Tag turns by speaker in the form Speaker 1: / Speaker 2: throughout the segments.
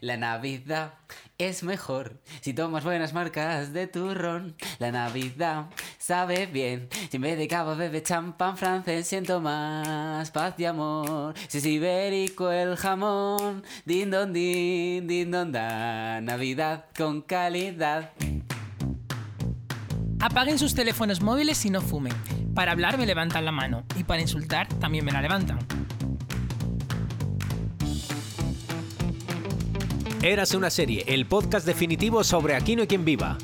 Speaker 1: La Navidad es mejor si tomas buenas marcas de turrón. La Navidad sabe bien. Si en vez de cava bebe champán francés, siento más paz y amor. Si es ibérico el jamón, din don din, din don da. Navidad con calidad.
Speaker 2: Apaguen sus teléfonos móviles y no fumen. Para hablar me levantan la mano y para insultar también me la levantan.
Speaker 3: Érase una serie, el podcast definitivo sobre Aquí no hay quien viva.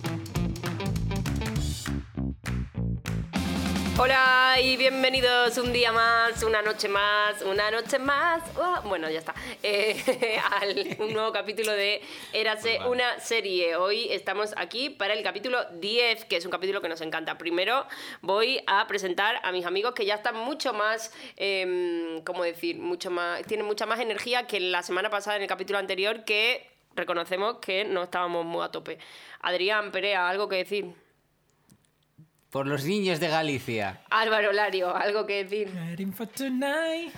Speaker 4: Hola y bienvenidos un día más, una noche más, una noche más. ah, bueno, ya está. Eh, al, un nuevo capítulo de Érase una serie. Hoy estamos aquí para el capítulo 10, que es un capítulo que nos encanta. Primero voy a presentar a mis amigos que ya están mucho más, em, ¿cómo decir? Mucho más, tienen mucha más energía que la semana pasada en el capítulo anterior, que reconocemos que no estábamos muy a tope. Adrián Perea, ¿algo que decir?
Speaker 1: Por los niños de Galicia.
Speaker 4: Álvaro Lario, ¿algo que decir?
Speaker 2: Waiting for tonight.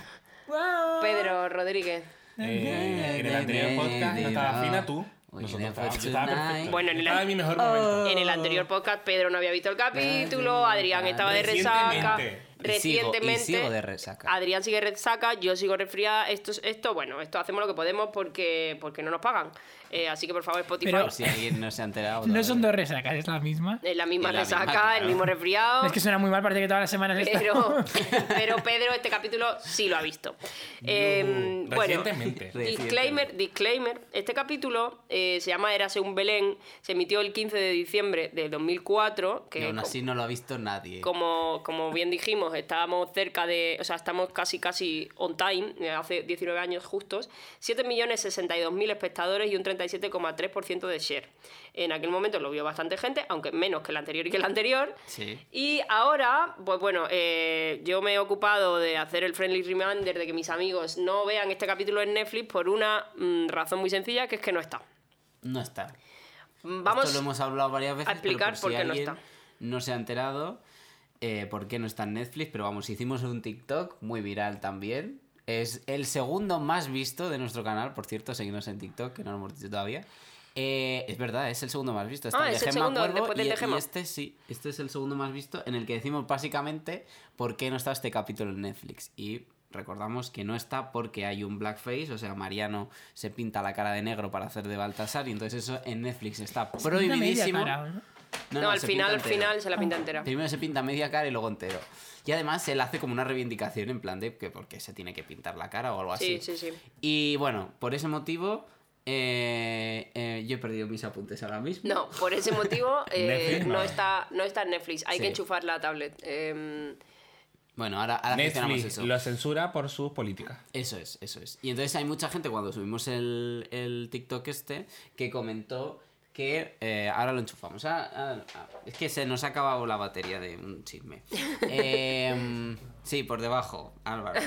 Speaker 2: Wow.
Speaker 4: Pedro Rodríguez.
Speaker 5: Eh, en el anterior podcast no estaba fina tú.
Speaker 1: Hoy
Speaker 5: Nosotros
Speaker 1: en el
Speaker 5: estábamos- yo
Speaker 1: Fortnite.
Speaker 5: estaba perfecto.
Speaker 4: Bueno, en el-
Speaker 5: Estaba en mi mejor momento.
Speaker 4: En el anterior podcast Pedro no había visto el capítulo, Adrián estaba de resaca.
Speaker 1: Y sigo- y
Speaker 4: Recientemente,
Speaker 1: sigo de resaca.
Speaker 4: Adrián sigue resaca, yo sigo resfriada. Esto, es- esto, bueno, esto hacemos lo que podemos porque, porque no nos pagan. Eh, así que por favor, Spotify.
Speaker 2: Pero-
Speaker 1: Por si alguien no se ha enterado.
Speaker 2: No son dos resacas, es la misma.
Speaker 4: es la misma
Speaker 1: es la misma,
Speaker 4: resaca,
Speaker 1: claro.
Speaker 4: el mismo resfriado.
Speaker 2: Es que suena muy mal, parece que todas las semanas está-
Speaker 4: Pero, pero Pedro este capítulo sí lo ha visto. Eh,
Speaker 5: No,
Speaker 4: bueno,
Speaker 5: recientemente.
Speaker 4: disclaimer, disclaimer. Este capítulo eh, se llama Érase un Belén, se emitió el 15 de diciembre de 2004,
Speaker 1: Y
Speaker 4: que
Speaker 1: aún
Speaker 4: co-
Speaker 1: así no lo ha visto nadie.
Speaker 4: como, como bien dijimos, estábamos cerca de, o sea, estamos casi casi on time, eh, hace 19 años justos, 7.062.000 espectadores y un 37,3% de share. En aquel momento lo vio bastante gente, aunque menos que el anterior y que el anterior.
Speaker 1: Sí.
Speaker 4: Y ahora, pues bueno, eh, yo me he ocupado de hacer el friendly reminder de que mis amigos no vean este capítulo en Netflix por una mm, razón muy sencilla, que es que no está.
Speaker 1: No está.
Speaker 4: Vamos.
Speaker 1: Esto lo hemos hablado varias veces.
Speaker 4: a explicar
Speaker 1: pero
Speaker 4: por
Speaker 1: si
Speaker 4: qué no
Speaker 1: alguien
Speaker 4: está.
Speaker 1: No se ha enterado eh, por qué no está en Netflix, pero vamos, hicimos un TikTok muy viral también. Es el segundo más visto de nuestro canal, por cierto, seguimos en TikTok, que no lo hemos dicho todavía. Eh, es verdad, es el segundo más visto. Está
Speaker 4: Ah,
Speaker 1: de
Speaker 4: es el
Speaker 1: Gemma
Speaker 4: segundo,
Speaker 1: Cuervo
Speaker 4: después del
Speaker 1: y,
Speaker 4: de Gemma.
Speaker 1: y este sí, este es el segundo más visto en el que decimos básicamente por qué no está este capítulo en Netflix. Y recordamos que no está porque hay un blackface, o sea, Mariano se pinta la cara de negro para hacer de Baltasar y entonces eso en Netflix está
Speaker 2: Una media
Speaker 1: prohibidísimo.
Speaker 2: cara, ¿no?
Speaker 4: No, al
Speaker 1: se
Speaker 4: final,
Speaker 1: pinta
Speaker 4: al
Speaker 1: entero.
Speaker 4: final se la pinta entera.
Speaker 1: Primero se pinta media cara y luego entero. Y además se le hace como una reivindicación en plan de que porque se tiene que pintar la cara o algo
Speaker 4: Sí,
Speaker 1: así.
Speaker 4: sí, sí.
Speaker 1: Y bueno, por ese motivo eh, eh, yo he perdido mis apuntes ahora mismo.
Speaker 4: No, por ese motivo eh,
Speaker 5: Netflix,
Speaker 4: no,
Speaker 5: no.
Speaker 4: está, no está en Netflix. Hay
Speaker 1: Sí.
Speaker 4: que enchufar la tablet. Eh,
Speaker 1: Bueno, ahora, ahora gestionamos
Speaker 5: Netflix
Speaker 1: eso.
Speaker 5: lo censura por sus políticas.
Speaker 1: Eso es, eso es. Y entonces hay mucha gente cuando subimos el, el TikTok este que comentó que eh, ahora lo enchufamos. Ah, ah, ah, es que se nos ha acabado la batería de un chisme. Em, sí, por debajo, Álvaro.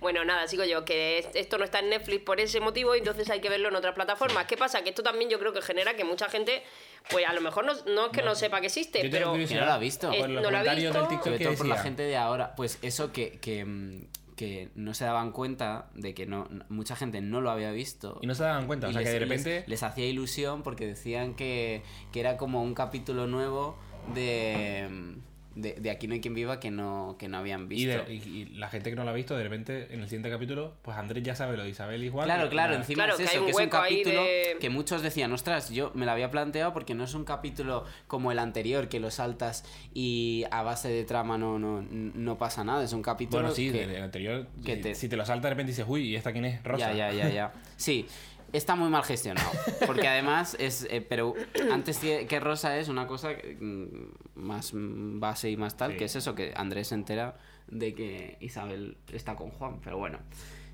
Speaker 4: bueno, nada, sigo yo, que es- esto no está en Netflix por ese motivo, entonces hay que verlo en otras plataformas. ¿Qué pasa? Que esto también yo creo que genera que mucha gente, pues a lo mejor no, no es que no, sepa que existe,
Speaker 5: Yo tengo
Speaker 4: pero...
Speaker 1: Que
Speaker 5: curiosidad
Speaker 1: no lo ha visto.
Speaker 5: Por
Speaker 4: Eh,
Speaker 5: los
Speaker 4: no lo ha
Speaker 5: comentarios
Speaker 4: visto.
Speaker 5: del TikTok
Speaker 1: Sobre
Speaker 5: que
Speaker 1: todo por la
Speaker 5: decía,
Speaker 1: gente de ahora. Pues eso que, que, mm, que no se daban cuenta de que no, no- mucha gente no lo había visto.
Speaker 5: Y no se daban cuenta, o
Speaker 1: Y
Speaker 5: sea que de
Speaker 1: les- les-
Speaker 5: repente...
Speaker 1: Les, hacía ilusión porque decían que, que era como un capítulo nuevo de, de, de Aquí no hay quien viva que no, que no habían
Speaker 5: Y,
Speaker 1: visto.
Speaker 5: de- y- y la gente que no lo ha visto, de repente, en el siguiente capítulo, pues Andrés ya sabe lo de Isabel y Juan.
Speaker 1: Claro,
Speaker 5: y
Speaker 1: claro,
Speaker 5: nada.
Speaker 1: encima
Speaker 4: Claro,
Speaker 1: es
Speaker 4: que hay
Speaker 1: eso,
Speaker 4: un
Speaker 1: que es un
Speaker 4: hueco ahí
Speaker 1: capítulo
Speaker 4: de-
Speaker 1: que muchos decían, ostras, yo me lo había planteado porque no es un capítulo como el anterior, que lo saltas y a base de trama no, no, no pasa nada, es un capítulo
Speaker 5: Bueno, sí,
Speaker 1: que-
Speaker 5: del anterior,
Speaker 1: que
Speaker 5: si-
Speaker 1: te-
Speaker 5: si te lo salta de repente dices, uy, ¿y esta quién es? Rosa.
Speaker 1: Ya, ya, ya, ya. Sí, está muy mal gestionado. Porque además es. eh, pero antes que, que Rosa es una cosa que, mm, más mm, base y más tal,
Speaker 5: Sí.
Speaker 1: que es eso, que Andrés se entera de que Isabel está con Juan. Pero bueno,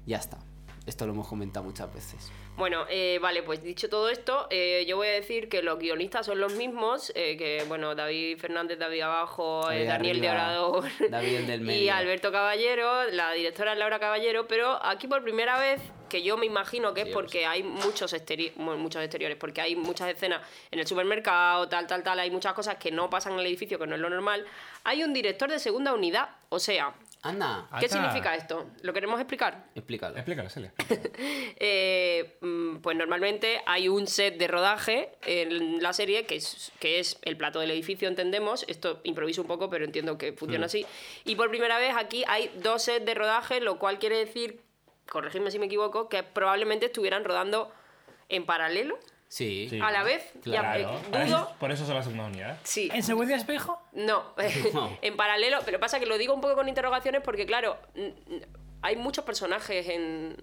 Speaker 1: ya está. Esto lo hemos comentado muchas veces.
Speaker 4: Bueno, eh, vale, pues dicho todo esto, eh, yo voy a decir que los guionistas son los mismos, eh, que bueno, David Fernández, David Abajo, eh,
Speaker 1: David
Speaker 4: Daniel de
Speaker 1: Arriba,
Speaker 4: Orador
Speaker 1: David el del
Speaker 4: y
Speaker 1: medio.
Speaker 4: Alberto Caballero, la directora es Laura Caballero, pero aquí por primera vez, que yo me imagino que es
Speaker 1: Sí,
Speaker 4: porque hay muchos, exteri- mu- muchos exteriores, porque hay muchas escenas en el supermercado, tal, tal, tal, hay muchas cosas que no pasan en el edificio, que no es lo normal, hay un director de segunda unidad, o sea...
Speaker 1: Anda,
Speaker 5: Ahí
Speaker 4: ¿Qué
Speaker 5: está.
Speaker 4: significa esto? ¿Lo queremos explicar?
Speaker 1: explícalo.
Speaker 5: Explícalo, Celia.
Speaker 4: Eh, mm, pues normalmente hay un set de rodaje en la serie que es, que es el plato del edificio, entendemos. Esto improviso un poco, pero entiendo que funciona así. Y por primera vez aquí hay dos sets de rodaje, lo cual quiere decir, corregidme si me equivoco, que probablemente estuvieran rodando en paralelo,
Speaker 1: Sí.
Speaker 5: Sí.
Speaker 4: a la vez. Ya, eh,
Speaker 5: Claro. Por
Speaker 4: dudo.
Speaker 5: eso, por eso son las segundas unidades.
Speaker 4: Sí.
Speaker 2: ¿En secuencia espejo?
Speaker 4: No,
Speaker 1: No.
Speaker 4: en paralelo, pero pasa que lo digo un poco con interrogaciones porque, claro, n- n- hay muchos personajes en,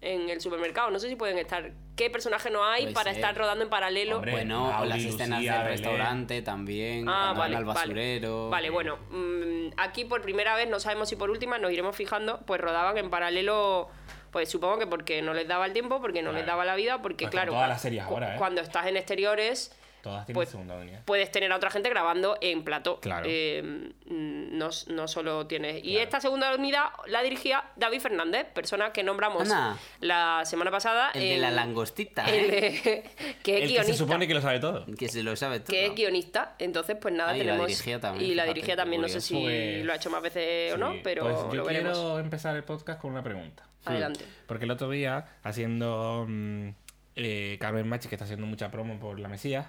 Speaker 4: en el supermercado, no sé si pueden estar, ¿qué personaje no hay
Speaker 1: Puede
Speaker 4: para
Speaker 1: ser.
Speaker 4: estar rodando en paralelo?
Speaker 5: Hombre,
Speaker 1: Bueno, o
Speaker 5: Audi,
Speaker 1: las escenas
Speaker 5: Lucía,
Speaker 1: del
Speaker 5: Belén.
Speaker 1: restaurante también, cuando
Speaker 4: Ah,
Speaker 1: van
Speaker 4: vale,
Speaker 1: al basurero.
Speaker 4: vale. Vale, bueno, mm, aquí por primera vez, no sabemos si por última, nos iremos fijando, pues rodaban en paralelo, pues supongo que porque no les daba el tiempo, porque no
Speaker 5: Claro.
Speaker 4: les daba la vida, porque
Speaker 5: Pues como
Speaker 4: claro,
Speaker 5: todas
Speaker 4: cua-
Speaker 5: las series
Speaker 4: cu-
Speaker 5: ahora, ¿eh?
Speaker 4: cuando estás en exteriores,
Speaker 5: Todas tienen
Speaker 4: Pues-
Speaker 5: segunda unidad.
Speaker 4: puedes tener a otra gente grabando en plató.
Speaker 3: Claro.
Speaker 4: Eh, mm, no, no solo tienes. Y esta segunda unidad la dirigía David Fernández, persona que nombramos
Speaker 1: Anda.
Speaker 4: la semana pasada.
Speaker 1: El de
Speaker 4: en-
Speaker 1: la langostita,
Speaker 4: el
Speaker 1: ¿eh?
Speaker 4: de- que es
Speaker 5: El que
Speaker 4: guionista.
Speaker 5: se supone que lo sabe todo.
Speaker 1: que se lo sabe todo.
Speaker 4: que es guionista, entonces pues nada,
Speaker 1: Ah, y la
Speaker 4: tenemos...
Speaker 1: dirigía también,
Speaker 4: y la
Speaker 1: fíjate,
Speaker 4: dirigía
Speaker 1: qué
Speaker 4: también, no sé
Speaker 1: curioso.
Speaker 4: si
Speaker 5: Pues-
Speaker 4: lo ha hecho más veces o
Speaker 5: Sí,
Speaker 4: no, pero
Speaker 5: pues yo
Speaker 4: lo veremos.
Speaker 5: quiero empezar el podcast con una pregunta.
Speaker 4: Adelante.
Speaker 5: Porque el otro día, haciendo mm, eh, Carmen Machi, que está haciendo mucha promo por La Mesías,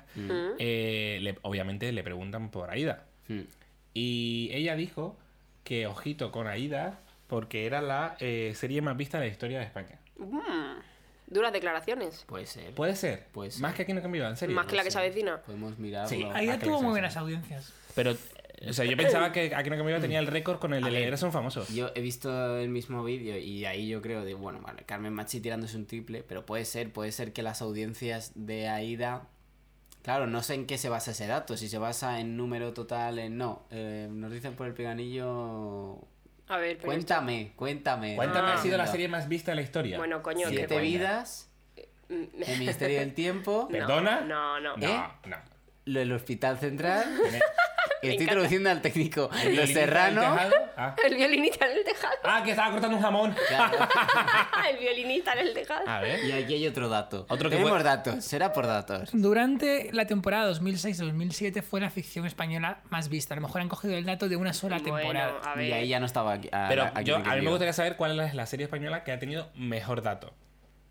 Speaker 5: eh, le- obviamente le preguntan por Aida.
Speaker 1: Mm.
Speaker 5: Y ella dijo que ojito con Aida porque era la eh, serie más vista de la historia de España.
Speaker 4: Mm, duras declaraciones.
Speaker 1: Puede ser.
Speaker 5: Puede ser.
Speaker 1: Puede ser.
Speaker 5: Más que aquí no cambió, en serio.
Speaker 4: más que Pues, la que se avecina.
Speaker 1: Podemos mirarlo.
Speaker 5: Sí.
Speaker 2: Ahí
Speaker 5: Ah,
Speaker 2: ya
Speaker 5: que
Speaker 2: tuvo
Speaker 5: les
Speaker 2: muy
Speaker 5: hacen.
Speaker 2: buenas audiencias.
Speaker 5: Pero, eh, o sea, yo pensaba que aquí no cambió tenía el récord con el
Speaker 1: Mm. A
Speaker 5: de
Speaker 1: ver,
Speaker 5: Eres son famosos.
Speaker 1: Yo he visto el mismo vídeo y ahí yo creo de, bueno, vale, Carmen Machi tirándose un triple, pero puede ser, puede ser que las audiencias de Aida... Claro, no sé en qué se basa ese dato, si se basa en número total, en no. Eh, nos dicen por el peganillo...
Speaker 4: A ver, pero
Speaker 1: Cuéntame, cuéntame.
Speaker 5: Cuéntame,
Speaker 4: Ah.
Speaker 5: ha sido la serie más vista de la historia.
Speaker 4: Bueno, coño,
Speaker 5: Sí,
Speaker 4: que-
Speaker 1: Siete
Speaker 5: cuenta.
Speaker 1: vidas,
Speaker 4: Mm,
Speaker 1: el Ministerio del Tiempo,
Speaker 4: no,
Speaker 5: ¿Perdona?
Speaker 4: No, no.
Speaker 5: No,
Speaker 1: ¿Eh?
Speaker 5: no.
Speaker 1: lo- el Hospital Central,
Speaker 5: Tiene-
Speaker 1: estoy
Speaker 4: encanta.
Speaker 1: traduciendo al técnico,
Speaker 5: el
Speaker 1: Los
Speaker 5: violinista del
Speaker 1: Serrano,
Speaker 5: tejado. Ah.
Speaker 4: El violinista en el tejado.
Speaker 5: Ah, que estaba cortando un jamón.
Speaker 1: Claro,
Speaker 4: el violinista en el tejado.
Speaker 5: A ver.
Speaker 1: y aquí hay otro dato.
Speaker 5: ¿Eh? Otro que
Speaker 1: Tenemos
Speaker 5: puede-
Speaker 1: datos, será por datos.
Speaker 2: Durante la temporada 2006-2007 fue la ficción española más vista. A lo mejor han cogido el dato de una sola
Speaker 4: Bueno, ah,
Speaker 2: temporada.
Speaker 4: a ver.
Speaker 1: Y ahí ya no estaba aquí. a-
Speaker 5: Pero
Speaker 1: Ah, aquí
Speaker 5: yo,
Speaker 1: mi
Speaker 5: a mí me
Speaker 1: querido.
Speaker 5: gustaría saber cuál es la serie española que ha tenido mejor dato.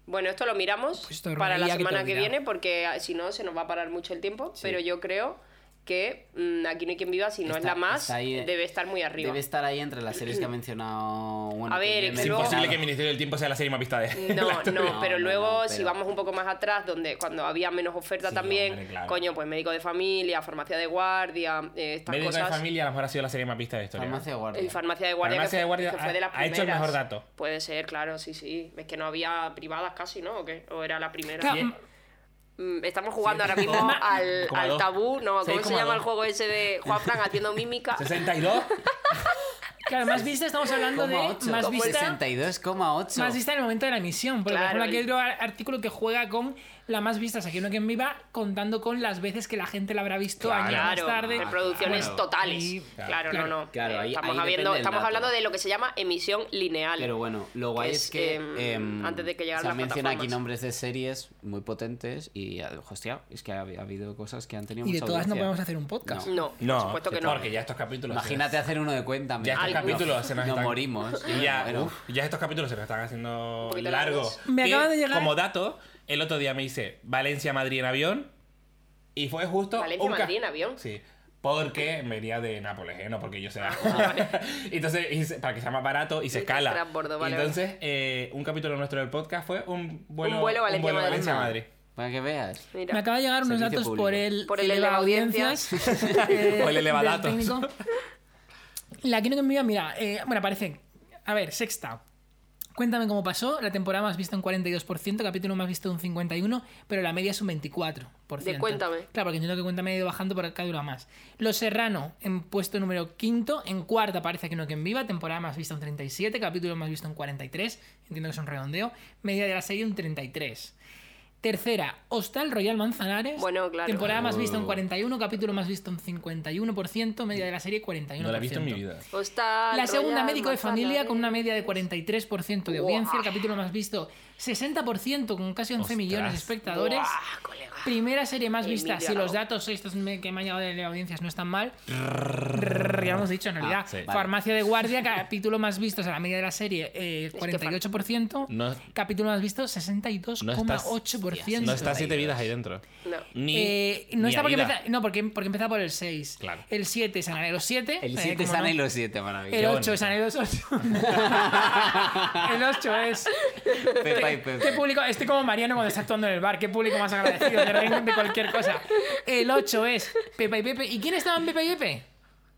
Speaker 4: Bueno, esto lo miramos
Speaker 2: Pues esto
Speaker 4: para la
Speaker 2: rogaría que te
Speaker 4: semana
Speaker 2: lo
Speaker 4: que
Speaker 2: dirá.
Speaker 4: viene porque ah, si no se nos va a parar mucho el tiempo, pero yo creo que mm, aquí no hay quien viva, si no es
Speaker 1: Está-
Speaker 4: la más,
Speaker 1: está ahí, eh,
Speaker 4: debe estar muy arriba.
Speaker 1: Debe estar ahí entre las series que ha mencionado. bueno,
Speaker 4: A
Speaker 1: que
Speaker 4: ver,
Speaker 1: yo he
Speaker 4: es
Speaker 5: Es
Speaker 4: Pero-
Speaker 1: mencionado.
Speaker 5: imposible que el Ministerio del Tiempo sea la serie más vista de.
Speaker 4: No, no,
Speaker 1: No,
Speaker 4: pero
Speaker 1: no,
Speaker 4: luego
Speaker 1: no,
Speaker 4: si
Speaker 1: pero-
Speaker 4: vamos un poco más atrás, donde cuando había menos oferta
Speaker 5: Sí,
Speaker 4: también,
Speaker 5: hombre, claro.
Speaker 4: coño, pues médico de familia, farmacia de guardia, eh, estas
Speaker 5: Médico de
Speaker 4: cosas.
Speaker 5: familia, a lo mejor ha sido la serie más vista de la historia.
Speaker 1: Farmacia de guardia.
Speaker 4: El farmacia de guardia,
Speaker 5: Farmacia
Speaker 4: que,
Speaker 5: de
Speaker 4: fue-
Speaker 5: guardia
Speaker 4: que fue
Speaker 5: ha-
Speaker 4: de las
Speaker 5: ha hecho el
Speaker 4: primeras.
Speaker 5: mejor dato.
Speaker 4: Puede ser, claro, sí, sí. Es que no había privadas casi, ¿no? ¿O qué? ¿O era la primera?
Speaker 2: Claro,
Speaker 5: Bien.
Speaker 4: Mm, Estamos jugando ahora mismo al,
Speaker 5: Coma
Speaker 4: al
Speaker 5: dos.
Speaker 4: tabú, no, ¿cómo se
Speaker 5: 6,2.
Speaker 4: llama el juego ese de Juan Fran haciendo mímica?
Speaker 5: 62.
Speaker 2: Claro, más vista estamos hablando de
Speaker 1: 62,8.
Speaker 2: más vista,
Speaker 1: 62,8.
Speaker 2: más vista en el momento de la emisión. Porque, por
Speaker 4: Claro,
Speaker 2: ejemplo,
Speaker 4: y-
Speaker 2: aquí hay otro ar- artículo que juega con la más vistas aquí uno que en viva contando con las veces que la gente la habrá visto
Speaker 5: Claro.
Speaker 2: años más
Speaker 4: Claro,
Speaker 2: tarde.
Speaker 4: en producciones
Speaker 2: Bueno,
Speaker 4: totales.
Speaker 2: y-
Speaker 4: claro,
Speaker 2: claro,
Speaker 4: no, no.
Speaker 1: claro,
Speaker 4: Eh,
Speaker 1: ahí-
Speaker 4: estamos
Speaker 1: ahí
Speaker 4: habiendo,
Speaker 1: depende el
Speaker 4: estamos
Speaker 1: dato.
Speaker 4: hablando de lo que se llama emisión lineal.
Speaker 1: Pero bueno, lo guay
Speaker 4: Que
Speaker 1: es
Speaker 4: es,
Speaker 1: que.
Speaker 4: em,
Speaker 1: em,
Speaker 4: antes de que llegaran
Speaker 1: Se
Speaker 4: las
Speaker 1: mencionan aquí
Speaker 4: plataformas.
Speaker 1: nombres de series muy potentes y, ah, hostia, es que ha, ha habido cosas que han tenido
Speaker 2: Y de
Speaker 1: mucha
Speaker 2: todas no
Speaker 1: audiencia.
Speaker 2: podemos hacer un podcast.
Speaker 4: No, por
Speaker 5: No,
Speaker 4: supuesto que no.
Speaker 5: porque ya estos capítulos.
Speaker 1: Imagínate hacer uno de cuenta.
Speaker 5: Ya estos
Speaker 4: Algo.
Speaker 5: capítulos se nos
Speaker 1: nos
Speaker 5: están-
Speaker 1: morimos. Yo me
Speaker 5: Ya,
Speaker 1: muero.
Speaker 5: uf, ya estos capítulos se nos están haciendo
Speaker 4: poquito
Speaker 5: largos.
Speaker 2: Me
Speaker 5: Que,
Speaker 2: acaba de llegar-
Speaker 5: Como dato, el otro día me hice Valencia-Madrid en avión. Y fue justo.
Speaker 4: Valencia,
Speaker 5: un ca-
Speaker 4: Madrid en avión.
Speaker 5: Sí. Porque me venía de Nápoles, ¿eh? No porque yo sea.
Speaker 4: Ah, vale.
Speaker 5: Entonces, hice- para que sea más barato y se
Speaker 4: Y
Speaker 5: escala.
Speaker 4: transbordo, vale,
Speaker 5: Entonces, eh, un capítulo nuestro del podcast fue un vuelo,
Speaker 4: Un vuelo Valencia-Madrid.
Speaker 5: Valencia-Madrid.
Speaker 1: Para que veas.
Speaker 4: Mira.
Speaker 2: Me acaba de llegar unos
Speaker 1: Servicio
Speaker 2: datos
Speaker 1: público.
Speaker 2: por el,
Speaker 4: Por el eleva
Speaker 2: eh,
Speaker 5: O el eleva
Speaker 2: del
Speaker 5: datos.
Speaker 2: técnico. La quiero que me mira, eh, bueno, aparecen. A ver, sexta. Cuéntame cómo pasó. La temporada más vista un 42%, capítulo más visto un 51%, pero la media es un 24%.
Speaker 4: De Cuéntame.
Speaker 2: Claro, porque entiendo que Cuéntame ha ido bajando por cada dura más. Los Serrano en puesto número quinto. En cuarta aparece Aquí no quien viva. Temporada más vista un 37, capítulo más visto un 43. Entiendo que es un redondeo. Media de la serie un 33. Tercera, Hostal Royal Manzanares.
Speaker 4: Bueno, claro.
Speaker 2: Temporada más
Speaker 5: Oh.
Speaker 2: vista un 41, capítulo más visto un 51%, media de la serie 41%.
Speaker 5: No la he visto en mi vida.
Speaker 4: Hostal,
Speaker 2: La segunda,
Speaker 4: Royal,
Speaker 2: Médico de Familia,
Speaker 4: Manzanares.
Speaker 2: con una media de 43% de audiencia. El capítulo más visto, 60%, con casi 11 millones de
Speaker 5: Ostras.
Speaker 2: espectadores.
Speaker 4: Buah, colega.
Speaker 2: Primera serie más vista,
Speaker 4: Emilio
Speaker 2: si los
Speaker 4: Aragón.
Speaker 2: datos estos me- que me han llegado de la audiencia no están mal. Rrrr, ya lo hemos dicho, en realidad.
Speaker 5: Ah, sí. Vale.
Speaker 2: Farmacia de Guardia, capítulo más visto, o sea, la media de la serie, eh,
Speaker 4: que
Speaker 2: 48%.
Speaker 5: No-
Speaker 2: Capítulo más visto, 62,8%.
Speaker 5: No está siete vidas ahí dentro.
Speaker 4: No.
Speaker 5: Ni,
Speaker 2: Eh, no
Speaker 5: ni
Speaker 2: está porque
Speaker 5: Aida.
Speaker 2: empezaba, no, porque, porque empezaba por el 6.
Speaker 5: Claro.
Speaker 2: El 7 es Anhelo 7.
Speaker 1: El
Speaker 2: eh,
Speaker 1: 7
Speaker 2: cómo
Speaker 1: sana
Speaker 2: no.
Speaker 1: y los 7,
Speaker 2: El
Speaker 1: maravilloso.
Speaker 2: 8 es Anhelo 8. el 8 es.
Speaker 1: Pepa y
Speaker 2: ¿Qué
Speaker 1: Pepe.
Speaker 2: público? Estoy como Mariano cuando está actuando en el bar. ¿Qué público más agradecido de, re- de cualquier cosa? El 8 es Pepa y Pepe. ¿Y quién estaba en Pepa y Pepe?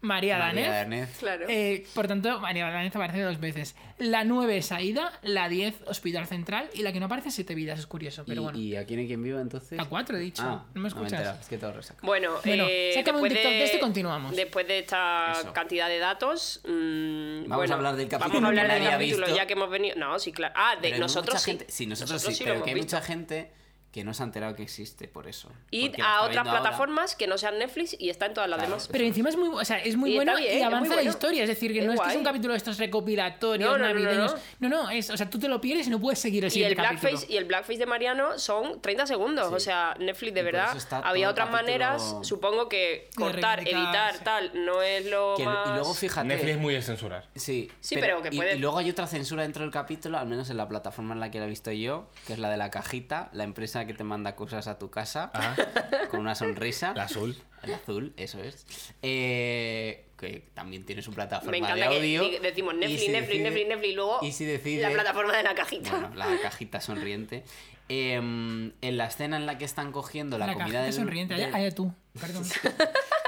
Speaker 2: María
Speaker 1: María
Speaker 2: Danés.
Speaker 1: Danés.
Speaker 4: Claro.
Speaker 2: Eh, por tanto, María Danés aparece dos veces. La 9 es Aida, la 10 Hospital Central y la que no aparece es Siete Vidas, es curioso,
Speaker 1: ¿Y,
Speaker 2: pero bueno.
Speaker 1: y a quién en quien viva entonces?
Speaker 2: A cuatro he dicho.
Speaker 1: Ah,
Speaker 2: ¿No me escuchas?
Speaker 1: he enterado, es que todo resaca.
Speaker 4: Bueno,
Speaker 2: Bueno,
Speaker 4: eh,
Speaker 2: sácame un
Speaker 4: después
Speaker 2: TikTok de
Speaker 4: de
Speaker 2: esto y continuamos.
Speaker 4: Después de esta
Speaker 1: Eso.
Speaker 4: cantidad de datos, mm,
Speaker 1: Vamos a
Speaker 4: bueno,
Speaker 1: hablar del capítulo
Speaker 4: Vamos a hablar
Speaker 1: que
Speaker 4: del
Speaker 1: nadie ha
Speaker 4: capítulo
Speaker 1: visto.
Speaker 4: ya que hemos venido. No, sí, claro. Ah, de
Speaker 1: Pero hay
Speaker 4: nosotros
Speaker 1: mucha
Speaker 4: sí.
Speaker 1: gente- sí, nosotros, sí,
Speaker 4: lo
Speaker 1: pero
Speaker 4: hemos
Speaker 1: que hay
Speaker 4: visto.
Speaker 1: mucha gente que no se ha enterado que existe por eso.
Speaker 4: Id
Speaker 1: Porque la
Speaker 4: a
Speaker 1: está
Speaker 4: otras
Speaker 1: viendo ahora.
Speaker 4: plataformas que no sean Netflix y está en todas las
Speaker 1: Claro.
Speaker 4: demás.
Speaker 2: Pero encima es muy, o sea, es muy
Speaker 4: Y Pues está
Speaker 2: bueno
Speaker 4: bien,
Speaker 2: y
Speaker 4: es muy
Speaker 2: avanza la
Speaker 4: bueno.
Speaker 2: historia. Es decir, que
Speaker 4: Es
Speaker 2: no es que es un
Speaker 4: guay.
Speaker 2: capítulo de estos recopilatorios
Speaker 4: No, no, no, no,
Speaker 2: navideños. No, no, es, o sea, tú te lo pierdes y no puedes seguir el
Speaker 4: Y el,
Speaker 2: siguiente capítulo.
Speaker 4: blackface, y el blackface de Mariano son 30 segundos. O sea, Netflix, de
Speaker 1: Y por
Speaker 4: verdad,
Speaker 1: eso está todo
Speaker 4: había
Speaker 1: el
Speaker 4: otras
Speaker 1: capítulo-
Speaker 4: maneras. Supongo que
Speaker 2: De
Speaker 4: cortar,
Speaker 2: reivindicar,
Speaker 4: editar,
Speaker 2: sí.
Speaker 4: tal, no es lo
Speaker 1: Que-
Speaker 4: más.
Speaker 1: y luego fíjate.
Speaker 5: Netflix es muy de censurar.
Speaker 1: Sí,
Speaker 4: Sí, pero que
Speaker 1: y-
Speaker 4: puede-
Speaker 1: y, luego hay otra censura dentro del capítulo, al menos en la plataforma en la que la he visto yo, que es la de la cajita, la empresa que te manda cosas a tu casa
Speaker 5: Ah.
Speaker 1: con una sonrisa.
Speaker 5: La azul.
Speaker 1: El azul, eso es. Eh, que también tiene su plataforma
Speaker 4: Me encanta
Speaker 1: de
Speaker 4: que
Speaker 1: audio.
Speaker 4: di- decimos
Speaker 1: Y
Speaker 4: Netflix,
Speaker 1: si
Speaker 4: Netflix,
Speaker 1: decide-
Speaker 4: Netflix, Netflix, y luego
Speaker 1: y si decide-
Speaker 4: la plataforma de la cajita.
Speaker 1: Bueno, la cajita sonriente. Eh, en la escena en la que están cogiendo la,
Speaker 2: La
Speaker 1: comida
Speaker 2: cajita
Speaker 1: del-
Speaker 2: sonriente.
Speaker 1: del-
Speaker 2: Allá, allá tú. Perdón.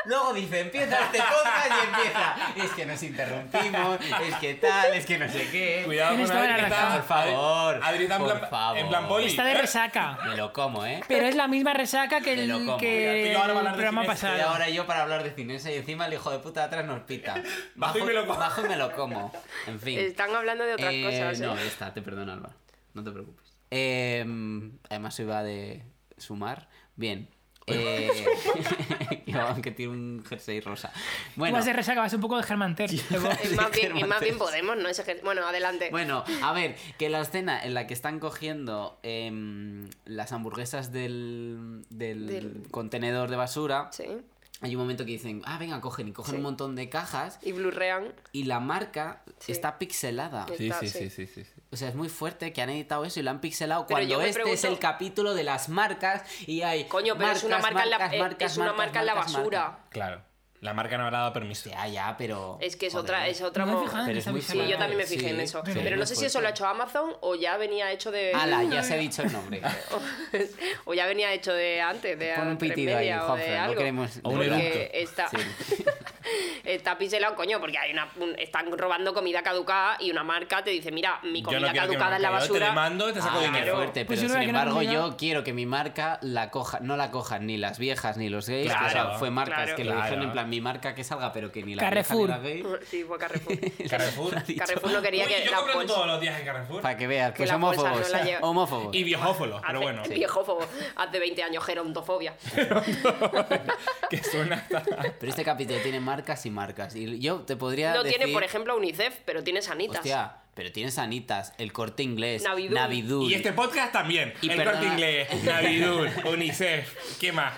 Speaker 1: Luego dice, empieza este podcast y empieza. Es que nos interrumpimos, es que tal, es que no sé qué.
Speaker 5: Cuidado
Speaker 2: Tienes
Speaker 5: con
Speaker 2: toda la
Speaker 5: Adri. que
Speaker 2: razón.
Speaker 5: está-
Speaker 1: Por favor,
Speaker 5: Adri está en
Speaker 1: por
Speaker 5: plan-
Speaker 1: favor.
Speaker 5: en plan poli.
Speaker 2: Está de resaca.
Speaker 1: Me lo como, ¿eh?
Speaker 2: Pero es la misma resaca que
Speaker 1: Me lo
Speaker 2: el,
Speaker 1: como.
Speaker 2: que
Speaker 5: Mira, ahora va a
Speaker 2: el
Speaker 5: hablar de
Speaker 2: programa
Speaker 5: cine,
Speaker 1: Y
Speaker 2: pasado.
Speaker 1: ahora yo para hablar de cinesa y encima el hijo de puta de atrás nos pita.
Speaker 5: Bajo y me lo como.
Speaker 1: bajo y me lo como. En fin.
Speaker 4: Están hablando de otras
Speaker 1: Eh,
Speaker 4: cosas. ¿eh?
Speaker 1: No, ya está, te perdono, Alba. No te preocupes. Eh, además, iba de sumar. Bien. Eh, yo, aunque tiene un jersey rosa.
Speaker 2: Tú
Speaker 1: Bueno,
Speaker 2: vas de resaca, vas un poco de Germanter. Luego-
Speaker 4: Y más, bien, y más bien podemos, ¿no? Ese ejer- bueno, adelante.
Speaker 1: Bueno, a ver, que la escena en la que están cogiendo em, las hamburguesas del, del
Speaker 4: Del-
Speaker 1: contenedor de basura,
Speaker 4: Sí.
Speaker 1: hay un momento que dicen, ah, venga, cogen y cogen
Speaker 4: Sí.
Speaker 1: un montón de cajas
Speaker 4: Y blurrean.
Speaker 1: y la marca
Speaker 4: Sí.
Speaker 1: está pixelada.
Speaker 4: Sí.
Speaker 5: Sí,
Speaker 4: Está,
Speaker 5: sí,
Speaker 4: sí.
Speaker 5: sí, sí, sí. sí.
Speaker 1: O sea, es muy fuerte que han editado eso y lo han pixelado
Speaker 4: Pero
Speaker 1: cuando
Speaker 4: yo me
Speaker 1: este es
Speaker 4: pregunto-
Speaker 1: el capítulo de las marcas y hay.
Speaker 4: Coño, pero es una marca en la, eh, es una marca en la
Speaker 1: marcas,
Speaker 4: basura.
Speaker 1: marcas.
Speaker 5: Claro. La marca no habrá dado permiso.
Speaker 1: Ya, ya, pero.
Speaker 4: Es que es
Speaker 1: joder.
Speaker 4: otra, es otra
Speaker 2: No me he
Speaker 4: mo-
Speaker 5: Ah,
Speaker 2: fijado en
Speaker 1: Pero es
Speaker 2: esa
Speaker 1: muy
Speaker 4: Sí,
Speaker 2: visada.
Speaker 4: yo también me fijé
Speaker 1: Sí,
Speaker 4: en eso.
Speaker 1: sí,
Speaker 4: pero no
Speaker 1: muy
Speaker 4: sé si eso
Speaker 1: fuerte.
Speaker 4: lo ha hecho Amazon o ya venía hecho de.
Speaker 1: Ala, ya se ha dicho el nombre.
Speaker 4: o ya venía hecho de antes, de
Speaker 1: Pon un
Speaker 4: tres
Speaker 1: pitido ahí,
Speaker 4: media o de
Speaker 1: Juanfran, no
Speaker 4: algo.
Speaker 1: queremos-
Speaker 5: O un
Speaker 4: Porque
Speaker 5: eructo.
Speaker 4: está,
Speaker 1: Sí.
Speaker 4: está pincelado, coño, porque hay una, un- están robando comida caducada y una marca te dice, mira, mi
Speaker 5: Yo no
Speaker 4: comida
Speaker 5: quiero que me
Speaker 4: caducada en la
Speaker 5: marque, yo Te
Speaker 4: basura.
Speaker 5: demando y te saco
Speaker 1: Ah, qué
Speaker 5: dinero.
Speaker 1: fuerte,
Speaker 2: Pues yo
Speaker 1: pero
Speaker 2: creo
Speaker 1: sin
Speaker 2: que no
Speaker 1: embargo
Speaker 2: tenía-
Speaker 1: yo quiero que mi marca la coja, no la cojan ni las viejas ni los gays,
Speaker 5: Claro,
Speaker 1: o sea, fue marcas
Speaker 4: claro. Mm.
Speaker 1: que lo dijeron
Speaker 5: Claro.
Speaker 1: en plan mi marca que salga, pero que ni la
Speaker 2: Carrefour.
Speaker 1: vieja ni la gay.
Speaker 4: Sí, fue Carrefour.
Speaker 5: Carrefour.
Speaker 1: Dicho-
Speaker 4: Carrefour no quería
Speaker 5: Uy,
Speaker 4: que
Speaker 5: yo
Speaker 4: la
Speaker 5: compro
Speaker 4: bolsa-
Speaker 5: todos los días en Carrefour.
Speaker 1: Para que veas, pues
Speaker 4: la bolsa no
Speaker 1: homófobos,
Speaker 4: la lleva.
Speaker 1: homófobos.
Speaker 5: Y viejófolos, pero
Speaker 4: Hace-
Speaker 5: bueno.
Speaker 4: Viejófobo. Hace 20 años, gerontofobia.
Speaker 5: que suena hasta-
Speaker 1: Pero este capítulo tiene marcas y marcas. Y yo te podría
Speaker 4: No
Speaker 1: decir...
Speaker 4: tiene, por ejemplo, UNICEF, pero tiene sanitas.
Speaker 1: Hostia, pero tiene Sanitas, El Corte Inglés,
Speaker 4: Navidul.
Speaker 1: Navidul.
Speaker 5: Y este podcast también.
Speaker 1: Y
Speaker 5: el
Speaker 1: perdona-
Speaker 5: corte inglés, Navidul, UNICEF, ¿qué más?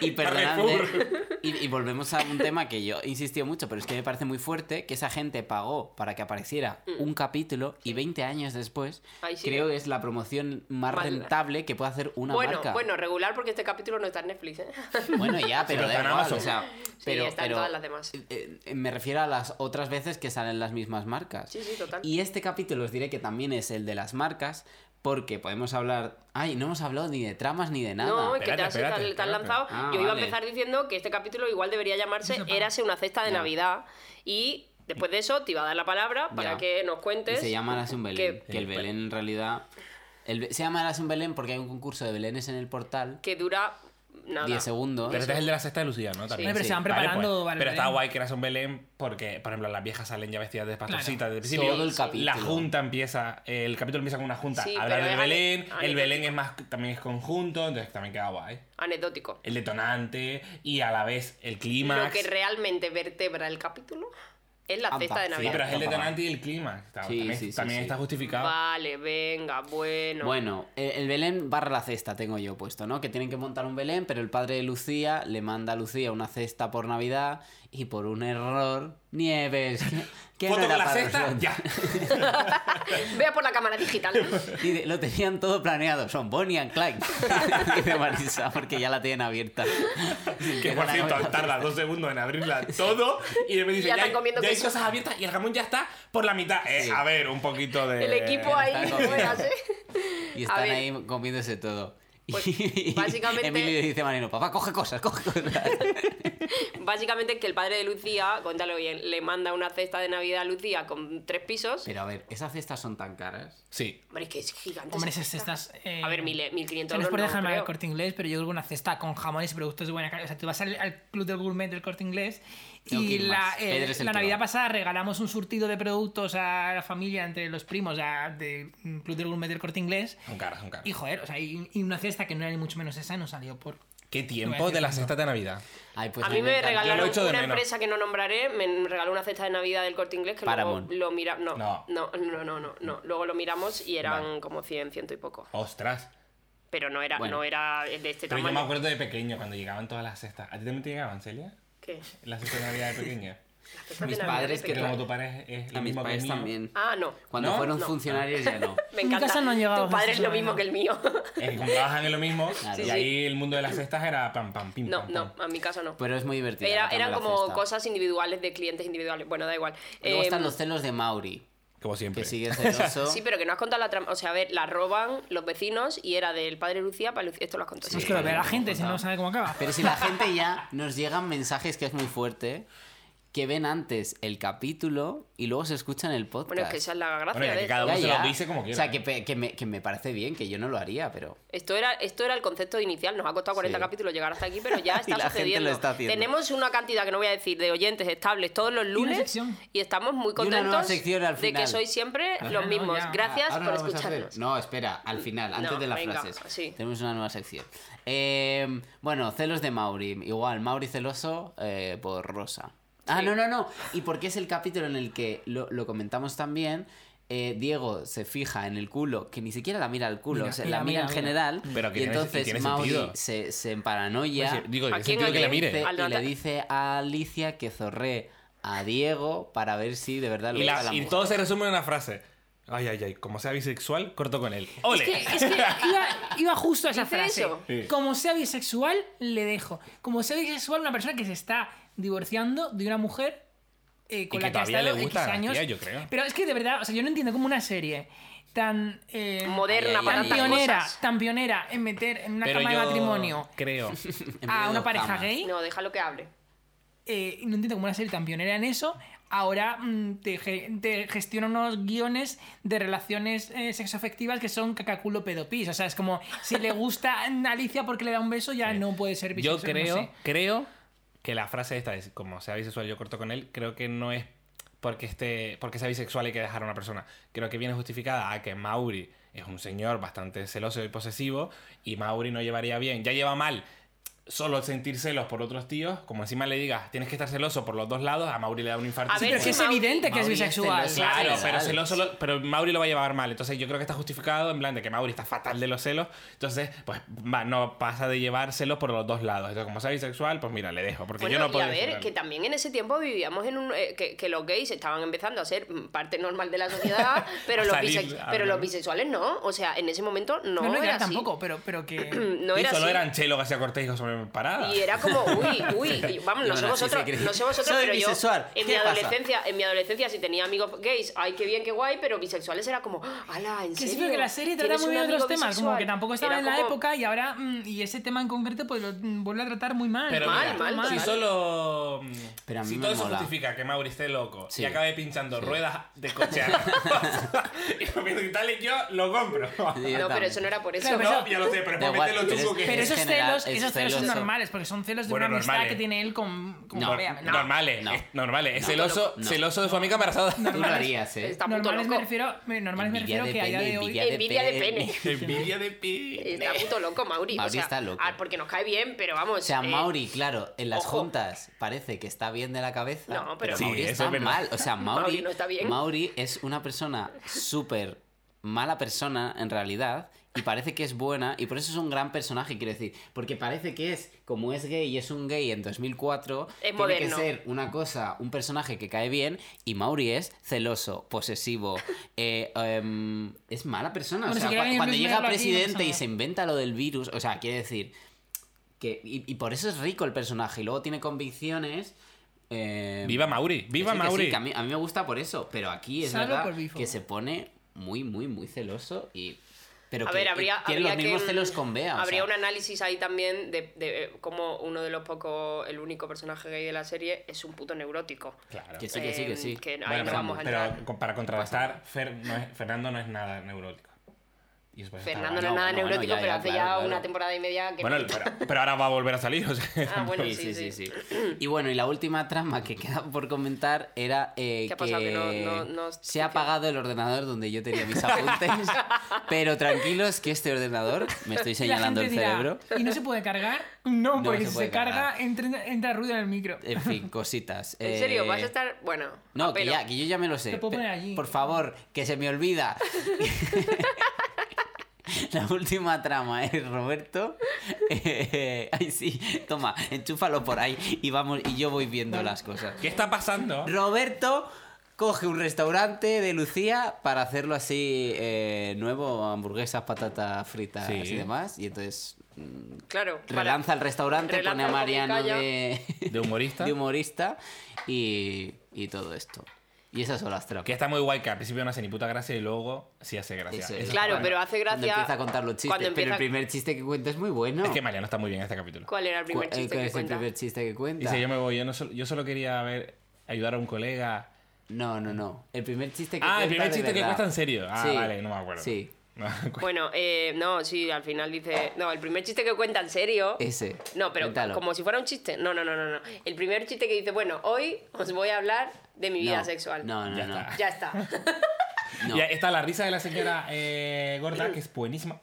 Speaker 1: Y perdonadme,
Speaker 5: Carrefour.
Speaker 1: y, y volvemos a un tema que yo he insistido mucho, pero es que me parece muy fuerte que esa gente pagó para que apareciera un capítulo y 20 años después
Speaker 4: Mm. Ahí sigue.
Speaker 1: creo que es la promoción más
Speaker 4: Mal.
Speaker 1: rentable que puede hacer una
Speaker 4: bueno,
Speaker 1: marca.
Speaker 4: bueno, regular porque este capítulo no está en Netflix, ¿eh?
Speaker 1: Bueno, ya, pero
Speaker 5: pero
Speaker 1: da
Speaker 5: está en
Speaker 1: igual,
Speaker 5: Amazon.
Speaker 1: o sea, pero,
Speaker 4: está en
Speaker 1: pero,
Speaker 4: todas las demás.
Speaker 1: eh, eh, me refiero a las otras veces que salen las mismas marcas.
Speaker 4: Sí, sí, total.
Speaker 1: Y este capítulo os diré que también es el de las marcas, porque podemos hablar. Ay, no hemos hablado ni de tramas ni de nada.
Speaker 4: no, es que te
Speaker 5: espérate,
Speaker 4: has, te has-
Speaker 5: espérate,
Speaker 4: te has
Speaker 5: espérate.
Speaker 4: lanzado.
Speaker 1: Ah,
Speaker 4: Yo iba a
Speaker 1: vale.
Speaker 4: empezar diciendo que este capítulo igual debería llamarse
Speaker 2: Eso para.
Speaker 4: Érase una cesta de Navidad. Y después de eso te iba a dar la palabra para
Speaker 1: Ya.
Speaker 4: que nos
Speaker 1: Y
Speaker 4: cuentes.
Speaker 1: se llama Érase un Belén.
Speaker 4: que-
Speaker 1: Que el Belén en realidad. el Be- se llama Érase un Belén porque hay un concurso de Belenes en el portal
Speaker 4: Que dura nada.
Speaker 1: 10 segundos.
Speaker 5: Pero este es el de la sexta de Lucía, ¿no? También.
Speaker 4: Sí,
Speaker 5: pues.
Speaker 4: pero
Speaker 2: se van preparando para el
Speaker 5: Pero está
Speaker 2: Belén.
Speaker 5: guay que eras un Belén porque, por ejemplo, las viejas salen ya vestidas de pastorcitas
Speaker 2: Claro.
Speaker 5: desde el principio.
Speaker 1: Todo el capítulo.
Speaker 5: La junta empieza, el capítulo empieza con una junta.
Speaker 4: Sí,
Speaker 5: a hablar
Speaker 4: pero Ah,
Speaker 5: del
Speaker 4: es
Speaker 5: Belén.
Speaker 4: ane-
Speaker 5: El Belén
Speaker 4: anecdótico.
Speaker 5: es más, también es conjunto, entonces también queda guay.
Speaker 4: Anecdótico.
Speaker 5: El detonante y a la vez el
Speaker 4: Lo
Speaker 5: clímax.
Speaker 4: que realmente vertebra el capítulo es la
Speaker 1: Ampa,
Speaker 4: cesta de
Speaker 1: sí,
Speaker 5: Sí,
Speaker 4: Navidad.
Speaker 5: pero es el
Speaker 1: Está para-
Speaker 5: detonante y el clímax. Está-
Speaker 1: Sí,
Speaker 5: también
Speaker 1: sí, sí,
Speaker 5: también
Speaker 1: sí.
Speaker 5: está justificado.
Speaker 4: Vale, venga, bueno.
Speaker 1: Bueno, el, el Belén barra la cesta tengo yo puesto, ¿no? Que tienen que montar un Belén, pero el padre de Lucía le manda a Lucía una cesta por Navidad y por un error, Nieves. que- Que no
Speaker 5: Foto
Speaker 1: era
Speaker 5: con la
Speaker 1: para
Speaker 5: cesta,
Speaker 1: nosotros.
Speaker 5: ya.
Speaker 4: Vea por la cámara digital.
Speaker 1: Dice, lo tenían todo planeado, son Bonnie and Clyde. Dice Marisa, porque ya la tienen abierta.
Speaker 5: Que por cierto, tarda dos segundos en abrirla todo y me
Speaker 4: Ya
Speaker 5: dice, ya,
Speaker 4: están
Speaker 5: hay-
Speaker 4: comiendo
Speaker 5: ya hay
Speaker 4: queso".
Speaker 5: cosas abiertas y el jamón ya está por la mitad. Eh,
Speaker 1: Sí.
Speaker 5: A ver, un poquito de...
Speaker 4: El equipo ahí,
Speaker 1: está comiendo.
Speaker 4: buenas, ¿eh?
Speaker 1: Y
Speaker 4: A
Speaker 1: están
Speaker 4: ver.
Speaker 1: ahí comiéndose todo.
Speaker 4: Pues,
Speaker 1: Y
Speaker 4: básicamente-
Speaker 1: Emilio le dice a Marino, papá, coge cosas, coge cosas.
Speaker 4: Básicamente que el padre de Lucía, contalo bien, le manda una cesta de Navidad a Lucía con tres pisos.
Speaker 1: Pero a ver, esas cestas son tan caras.
Speaker 5: Sí.
Speaker 4: Hombre, es que es gigante.
Speaker 2: Hombre,
Speaker 4: esa
Speaker 2: esas
Speaker 4: cesta.
Speaker 2: cestas. eh,
Speaker 4: A ver, mil, 1500
Speaker 2: no
Speaker 4: euros.
Speaker 2: es por
Speaker 4: no,
Speaker 2: dejarme al
Speaker 4: creo.
Speaker 2: corte inglés, pero yo creo que una cesta con jamones y productos de buena calidad. O sea, tú vas al, al club del gourmet del corte inglés
Speaker 1: Tengo que
Speaker 2: y
Speaker 1: ir
Speaker 2: la,
Speaker 1: más.
Speaker 2: eh,
Speaker 1: Pedro es el
Speaker 2: la
Speaker 1: que
Speaker 2: Navidad
Speaker 1: va.
Speaker 2: pasada regalamos un surtido de productos a la familia entre los primos a- del mm, club del gourmet del corte inglés.
Speaker 5: Son caras, son caras.
Speaker 2: Y joder, o sea, y, y una cesta que no era ni mucho menos esa nos salió por.
Speaker 5: ¿Qué
Speaker 2: Voy a
Speaker 5: tiempo
Speaker 2: decir
Speaker 5: de la
Speaker 2: tanto.
Speaker 5: cesta de Navidad?
Speaker 1: Ay, pues
Speaker 4: a mí me
Speaker 1: encanta.
Speaker 5: Yo lo
Speaker 4: regalaron
Speaker 5: echo de
Speaker 4: una
Speaker 5: menos.
Speaker 4: empresa que no nombraré, me regaló una cesta de Navidad del corte inglés que
Speaker 1: Paramount.
Speaker 4: luego lo miramos. No,
Speaker 5: No.
Speaker 4: no, no, no, no, no, Luego lo miramos y eran como 100, ciento y poco.
Speaker 5: Ostras.
Speaker 4: Pero no era,
Speaker 1: Bueno.
Speaker 4: no era de este
Speaker 5: Pero yo
Speaker 4: tamaño.
Speaker 5: me acuerdo de pequeño cuando llegaban todas las cestas. ¿A ti también te llegaban, Celia?
Speaker 4: ¿Qué?
Speaker 5: Las cestas de Navidad de pequeño.
Speaker 4: La cesta
Speaker 1: Mis
Speaker 4: de Navidad
Speaker 1: padres que
Speaker 4: de
Speaker 5: Que
Speaker 4: pequeño.
Speaker 5: como tu padre es
Speaker 1: A
Speaker 5: lo
Speaker 1: mis
Speaker 5: mismo que el
Speaker 1: padres
Speaker 5: mío.
Speaker 1: también.
Speaker 4: Ah, no.
Speaker 1: Cuando
Speaker 5: ¿No?
Speaker 1: fueron
Speaker 5: No.
Speaker 1: funcionarios ya no.
Speaker 4: Me
Speaker 2: En mi
Speaker 4: encanta.
Speaker 2: casa no han llegado
Speaker 4: Tu padre es lo
Speaker 2: cestas de
Speaker 4: mismo que el mío.
Speaker 5: Es que como trabajan en lo mismo.
Speaker 1: Claro.
Speaker 5: Y
Speaker 1: Sí,
Speaker 5: ahí el mundo de las cestas era pam, pam, pim,
Speaker 4: No,
Speaker 5: pam,
Speaker 4: no, a
Speaker 5: pam.
Speaker 4: mi casa no.
Speaker 1: Pero es muy divertido.
Speaker 4: Era-
Speaker 1: la
Speaker 4: eran
Speaker 1: cámara
Speaker 4: como
Speaker 1: cesta.
Speaker 4: cosas individuales de clientes individuales. Bueno, da igual.
Speaker 1: Luego
Speaker 4: Eh,
Speaker 1: están los celos de Mauri,
Speaker 5: Como siempre.
Speaker 1: que sigue celoso.
Speaker 4: Sí, pero que no has contado la trama. O sea, a ver, la roban los vecinos y era del padre Lucía para Lucía. Esto lo has contado.
Speaker 2: es que lo ve la
Speaker 1: lo
Speaker 2: gente,
Speaker 1: hemos
Speaker 2: si no
Speaker 1: contado.
Speaker 2: sabe cómo acaba.
Speaker 1: Pero si la gente ya nos llegan mensajes que es muy fuerte, que ven antes el capítulo y luego se escuchan el podcast.
Speaker 4: Bueno, es que esa es la gracia
Speaker 5: Bueno, ya
Speaker 4: de
Speaker 5: que
Speaker 4: esto.
Speaker 5: cada uno se
Speaker 1: Ya,
Speaker 5: lo
Speaker 1: ya.
Speaker 5: dice como
Speaker 1: O
Speaker 5: quiera.
Speaker 1: sea, que, pe- que me, que me parece bien, que yo no lo haría, pero...
Speaker 4: Esto era, esto era el concepto inicial, nos ha costado 40
Speaker 1: Sí.
Speaker 4: capítulos llegar hasta aquí, pero ya está
Speaker 1: Y la gente
Speaker 4: sucediendo.
Speaker 1: lo está haciendo.
Speaker 4: Tenemos una cantidad que no voy a decir de oyentes estables todos los lunes
Speaker 2: sección.
Speaker 4: y estamos muy
Speaker 1: Y una nueva
Speaker 4: contentos
Speaker 1: sección al
Speaker 4: de que
Speaker 1: final.
Speaker 4: sois siempre los
Speaker 2: no,
Speaker 4: mismos.
Speaker 2: ya.
Speaker 4: Gracias
Speaker 1: Ahora
Speaker 4: por
Speaker 1: lo vamos a hacer.
Speaker 4: escucharnos.
Speaker 1: No, espera, al final, antes
Speaker 4: No,
Speaker 1: de las
Speaker 4: venga,
Speaker 1: frases.
Speaker 4: sí.
Speaker 1: Tenemos una nueva sección. Eh, bueno, celos de Mauri. Igual, Mauri celoso eh, por Rosa. Ah,
Speaker 4: Sí.
Speaker 1: no, no, no. Y porque es el capítulo en el que lo, lo comentamos también. eh, Diego se fija en el culo, que ni siquiera la mira al culo,
Speaker 2: Mira,
Speaker 1: o sea,
Speaker 2: mira,
Speaker 1: la mira
Speaker 2: mira,
Speaker 1: en
Speaker 2: mira.
Speaker 1: general.
Speaker 5: Pero que
Speaker 1: y
Speaker 5: tiene-
Speaker 1: entonces
Speaker 5: tiene
Speaker 1: Mauri
Speaker 5: sentido.
Speaker 1: se, se emparanoia.
Speaker 5: Pues sí, digo,
Speaker 4: ¿A
Speaker 5: el
Speaker 4: quién
Speaker 5: sentido que la
Speaker 4: oyente?
Speaker 5: mire.
Speaker 1: Dice-
Speaker 4: Al
Speaker 1: y le
Speaker 4: notar-
Speaker 1: dice a Alicia que zorré a Diego para ver si de verdad lo
Speaker 5: Y, la-
Speaker 1: gusta la
Speaker 5: y
Speaker 1: mujer.
Speaker 5: todo se resume en una frase. Ay, ay, ay, como sea bisexual, corto con él. ¡Ole!
Speaker 2: Es que iba, iba justo a esa
Speaker 4: ¿Dice
Speaker 2: frase.
Speaker 4: eso?
Speaker 5: Sí.
Speaker 2: Como sea bisexual, le dejo. Como sea bisexual, una persona que se está divorciando de una mujer eh, con
Speaker 5: Y
Speaker 2: la
Speaker 5: que
Speaker 2: que ha
Speaker 5: todavía
Speaker 2: estado
Speaker 5: le gusta
Speaker 2: X
Speaker 5: a la
Speaker 2: años.
Speaker 5: tía, yo creo.
Speaker 2: Pero es que de verdad, o sea, yo no entiendo cómo una serie tan eh,
Speaker 4: Moderna
Speaker 1: Ay, ay,
Speaker 4: para
Speaker 1: ay.
Speaker 2: tan
Speaker 4: tantas
Speaker 2: pionera,
Speaker 4: cosas.
Speaker 2: tan pionera en meter en una
Speaker 5: Pero
Speaker 2: cama
Speaker 5: yo
Speaker 2: de matrimonio
Speaker 5: Creo.
Speaker 1: En vez de
Speaker 2: a una
Speaker 1: dos
Speaker 2: pareja
Speaker 1: camas.
Speaker 2: gay.
Speaker 4: No, déjalo que hable.
Speaker 2: eh, no entiendo cómo una serie tan pionera en eso ahora mm, te, ge- te gestiona unos guiones de relaciones eh, sexoafectivas que son cacaculo pedopis. O sea, es como si le gusta a Alicia porque le da un beso, ya no puede ser
Speaker 5: Yo
Speaker 2: bisexual. no
Speaker 5: creo,
Speaker 2: sé.
Speaker 5: creo que la frase esta es como sea bisexual, yo corto con él, creo que no es porque esté, porque sea bisexual hay que dejar a una persona. Creo que viene justificada a que Mauri es un señor bastante celoso y posesivo, y Mauri no llevaría bien, ya lleva mal solo sentir celos por otros tíos, como encima le digas, tienes que estar celoso por los dos lados, a Mauri le da un infarto.
Speaker 4: A
Speaker 5: y se
Speaker 4: ver,
Speaker 2: Pero
Speaker 5: muere.
Speaker 2: es que es
Speaker 4: Mauri-
Speaker 2: evidente que es
Speaker 1: Mauri es
Speaker 2: bisexual.
Speaker 1: celoso.
Speaker 5: Claro,
Speaker 1: Claro,
Speaker 5: pero
Speaker 1: claro.
Speaker 5: celoso lo- pero Mauri lo va a llevar mal. Entonces yo creo que está justificado en plan de que Mauri está fatal de los celos. Entonces, pues va, no pasa de llevar celos por los dos lados. Entonces, como sea bisexual, pues mira, le dejo. Porque yo
Speaker 4: Bueno,
Speaker 5: no
Speaker 4: y
Speaker 5: puedo.
Speaker 4: a ver,
Speaker 5: decirle.
Speaker 4: que también en ese tiempo vivíamos en un. eh, que, que los gays estaban empezando a ser mm, parte normal de la sociedad, pero,
Speaker 5: A
Speaker 4: los,
Speaker 5: salir,
Speaker 4: bisex-
Speaker 5: a
Speaker 4: pero
Speaker 5: ver.
Speaker 4: los bisexuales no. O sea, en ese momento no,
Speaker 2: No, no,
Speaker 4: era
Speaker 2: ya
Speaker 4: así.
Speaker 2: tampoco, pero, pero que.
Speaker 4: No
Speaker 5: y
Speaker 4: era
Speaker 5: solo
Speaker 4: así.
Speaker 5: eran Chelo, García Cortés y José Manuel Parada.
Speaker 4: Y era como, uy, uy, y- vamos,
Speaker 1: Bueno,
Speaker 4: no sé
Speaker 1: así se
Speaker 4: vosotros,
Speaker 1: cree.
Speaker 4: no sé vosotros,
Speaker 1: Soy
Speaker 4: pero yo
Speaker 1: bisexual.
Speaker 4: en
Speaker 1: ¿Qué
Speaker 4: mi
Speaker 1: pasa?
Speaker 4: adolescencia, en mi adolescencia si tenía amigos gays, ay, qué bien, qué guay, pero bisexuales era como, "Ah, ala, en
Speaker 2: Que sí,
Speaker 4: serio.
Speaker 2: pero que la serie trata
Speaker 4: ¿Tienes
Speaker 2: muy
Speaker 4: un
Speaker 2: bien otros
Speaker 4: amigo
Speaker 2: temas, como
Speaker 4: bisexual?".
Speaker 2: que tampoco estaba
Speaker 4: Era
Speaker 2: en la
Speaker 4: como-
Speaker 2: época y ahora, mm, y ese tema en concreto, pues lo mm, vuelve a tratar muy mal.
Speaker 5: Pero
Speaker 4: Mal,
Speaker 5: mira,
Speaker 4: mal,
Speaker 5: si
Speaker 4: mal.
Speaker 5: solo. mm,
Speaker 1: Pero a mí
Speaker 5: si
Speaker 1: me
Speaker 5: todo eso
Speaker 1: mola.
Speaker 5: justifica que Mauri esté loco
Speaker 1: Sí.
Speaker 5: y acabe pinchando
Speaker 1: Sí.
Speaker 5: ruedas de coche a la cosa, y lo que tal yo lo compro.
Speaker 1: Sí, yo
Speaker 4: No, pero
Speaker 1: también.
Speaker 4: eso no era por eso.
Speaker 2: Claro,
Speaker 5: no, ya lo sé, pero
Speaker 1: Da
Speaker 5: es
Speaker 1: igual,
Speaker 5: lo chungo
Speaker 1: pero
Speaker 5: que
Speaker 1: es-
Speaker 5: es.
Speaker 2: Pero
Speaker 1: es
Speaker 2: esos
Speaker 1: general,
Speaker 2: celos,
Speaker 1: es
Speaker 2: esos celos, celos
Speaker 4: celoso.
Speaker 2: normales, porque son celos de
Speaker 5: Bueno,
Speaker 2: una amistad
Speaker 5: normales.
Speaker 2: que tiene él con, con
Speaker 1: No,
Speaker 2: Bea.
Speaker 1: no.
Speaker 5: normales,
Speaker 1: no.
Speaker 5: es normales. Es
Speaker 1: No,
Speaker 5: celoso,
Speaker 1: no,
Speaker 5: celoso de su amiga embarazada.
Speaker 1: Tú lo harías, ¿eh?
Speaker 4: Está puto
Speaker 2: Normales me
Speaker 4: loco.
Speaker 2: refiero, me- normales me
Speaker 1: Envidia
Speaker 2: refiero
Speaker 1: de
Speaker 2: que a día
Speaker 1: pene,
Speaker 2: de hoy.
Speaker 1: envidia de
Speaker 4: Envidia de pene.
Speaker 5: Envidia de pi.
Speaker 4: Eh, Está puto loco, Mauri.
Speaker 1: Mauri
Speaker 4: o sea,
Speaker 1: está loco.
Speaker 4: ah, porque nos cae bien, pero vamos.
Speaker 1: O sea,
Speaker 4: eh,
Speaker 1: Mauri, claro, en las
Speaker 4: ojo.
Speaker 1: juntas parece que está bien de la cabeza.
Speaker 4: No, pero- Sí,
Speaker 1: Mauri
Speaker 5: eso
Speaker 1: está
Speaker 5: es verdad.
Speaker 1: mal. O sea, Mauri,
Speaker 4: Mauri no está bien.
Speaker 1: Mauri es una persona súper mala persona en realidad y parece que es buena y por eso es un gran personaje, quiero decir. Porque parece que es, como es gay y es un gay en 2004, tiene que
Speaker 4: moderno.
Speaker 1: ser una cosa, un personaje que cae bien y Mauri es celoso, posesivo, eh, em, es mala persona.
Speaker 2: Bueno,
Speaker 1: o sea,
Speaker 2: si quieren
Speaker 1: cua- cuando llega
Speaker 2: incluirlo aquí, no pasa
Speaker 1: presidente y
Speaker 2: nada.
Speaker 1: se inventa lo del virus, o sea, quiere decir que y, y por eso es rico el personaje y luego tiene convicciones eh,
Speaker 5: Viva Mauri,
Speaker 1: que
Speaker 5: viva
Speaker 1: sí, que
Speaker 5: Mauri.
Speaker 1: sí, que a, mí, a mí me gusta por eso pero aquí es
Speaker 2: Salvo
Speaker 1: verdad
Speaker 2: por Bifo.
Speaker 1: que se pone muy muy muy celoso y pero
Speaker 4: A
Speaker 1: que
Speaker 4: ver, habría,
Speaker 1: tiene
Speaker 4: habría
Speaker 1: los mismos
Speaker 4: que,
Speaker 1: celos con Bea o sea,
Speaker 4: Habría un análisis ahí también de, de eh, cómo uno de los pocos, el único personaje gay de la serie es un puto neurótico.
Speaker 5: Claro.
Speaker 1: que sí que sí que sí
Speaker 4: Eh, que no,
Speaker 5: Bueno,
Speaker 4: ahí no
Speaker 5: pero,
Speaker 4: vamos a
Speaker 5: pero
Speaker 4: entrar.
Speaker 5: co- para contrarrestar, Fer no es- Fernando no es nada neurótico. Y eso pues está
Speaker 4: Fernando no es
Speaker 1: no,
Speaker 4: nada
Speaker 1: no,
Speaker 4: neurótico,
Speaker 1: ya, ya,
Speaker 4: pero hace ya
Speaker 1: claro,
Speaker 4: una
Speaker 1: claro.
Speaker 4: temporada y media que
Speaker 5: Bueno,
Speaker 4: no-
Speaker 5: pero, pero ahora va a volver a salir. o sea,
Speaker 4: Ah, bueno,
Speaker 1: Sí,
Speaker 4: sí,
Speaker 1: sí, sí, sí. Y bueno, y la última trama que queda por comentar era eh,
Speaker 4: ¿Qué
Speaker 1: que
Speaker 4: ha pasado? Que no- no- no-
Speaker 1: se ha apagado el ordenador donde yo tenía mis apuntes, pero tranquilos que este ordenador, me estoy
Speaker 2: Y la
Speaker 1: señalando
Speaker 2: gente
Speaker 1: el
Speaker 2: dirá,
Speaker 1: cerebro,
Speaker 2: ¿Y no se puede cargar? No,
Speaker 1: No
Speaker 2: porque
Speaker 1: se
Speaker 2: si
Speaker 1: puede
Speaker 2: se carga,
Speaker 1: cargar.
Speaker 2: entra, entra ruido en el micro.
Speaker 1: en fin, cositas.
Speaker 4: En serio,
Speaker 1: Eh,
Speaker 4: vas a estar. Bueno,
Speaker 1: No,
Speaker 4: a
Speaker 1: que
Speaker 4: pelo.
Speaker 1: ya, que yo ya me lo sé.
Speaker 2: Ah, Te puedo
Speaker 1: Pe-
Speaker 2: poner allí.
Speaker 1: Por favor, que se me olvida. La última trama es Roberto. eh, ay, sí, toma, enchúfalo por ahí y vamos y yo voy viendo las cosas.
Speaker 5: ¿Qué está pasando?
Speaker 1: Roberto coge un restaurante de Lucía para hacerlo así eh, nuevo, hamburguesas, patatas fritas
Speaker 5: Sí.
Speaker 1: y demás. Y entonces mm,
Speaker 4: Claro. para-
Speaker 1: relanza el restaurante,
Speaker 4: relanza
Speaker 1: pone a
Speaker 4: el
Speaker 1: Mariano
Speaker 4: Comunicalla.
Speaker 1: de,
Speaker 5: De humorista.
Speaker 1: de humorista y, y todo esto. Y esas son las tramas.
Speaker 5: Que está muy guay, que al principio no hace ni puta gracia y luego sí hace gracia.
Speaker 1: Eso
Speaker 5: Eso
Speaker 1: es.
Speaker 5: está
Speaker 4: Claro,
Speaker 5: guay.
Speaker 4: pero hace
Speaker 1: Cuando
Speaker 4: gracia.
Speaker 1: empieza a contar los chistes,
Speaker 4: cuando
Speaker 1: pero el
Speaker 4: empieza-
Speaker 1: primer chiste que cuenta es muy bueno.
Speaker 5: Es que Mariano está muy bien en este capítulo.
Speaker 4: ¿Cuál era el
Speaker 1: Cu-
Speaker 4: primer
Speaker 1: eh,
Speaker 4: chiste
Speaker 1: ¿cuál
Speaker 4: que
Speaker 1: es el
Speaker 4: cuenta?
Speaker 1: primer chiste que cuenta?
Speaker 5: Dice, yo me voy, yo, no solo, yo solo quería ver, ayudar a un colega.
Speaker 1: No, no, no. El primer chiste que
Speaker 5: Ah,
Speaker 1: cuenta.
Speaker 5: el primer
Speaker 1: de
Speaker 5: chiste que
Speaker 1: verdad.
Speaker 5: cuesta en serio. Ah,
Speaker 1: Sí.
Speaker 5: vale, no me acuerdo.
Speaker 1: Sí,
Speaker 5: No me acuerdo.
Speaker 4: Bueno, eh, no, sí, al final dice. No, el primer chiste que cuenta en serio.
Speaker 1: ese.
Speaker 4: No, pero
Speaker 1: Cuéntalo.
Speaker 4: como si fuera un chiste. No, no, no, no, no. El primer chiste que dice, bueno, hoy os voy a hablar de mi vida
Speaker 1: No,
Speaker 4: sexual.
Speaker 1: No, no,
Speaker 5: Ya
Speaker 1: no.
Speaker 5: está.
Speaker 4: Ya está.
Speaker 1: no.
Speaker 5: Y ahí está la risa de la señora eh, gorda, que es buenísima.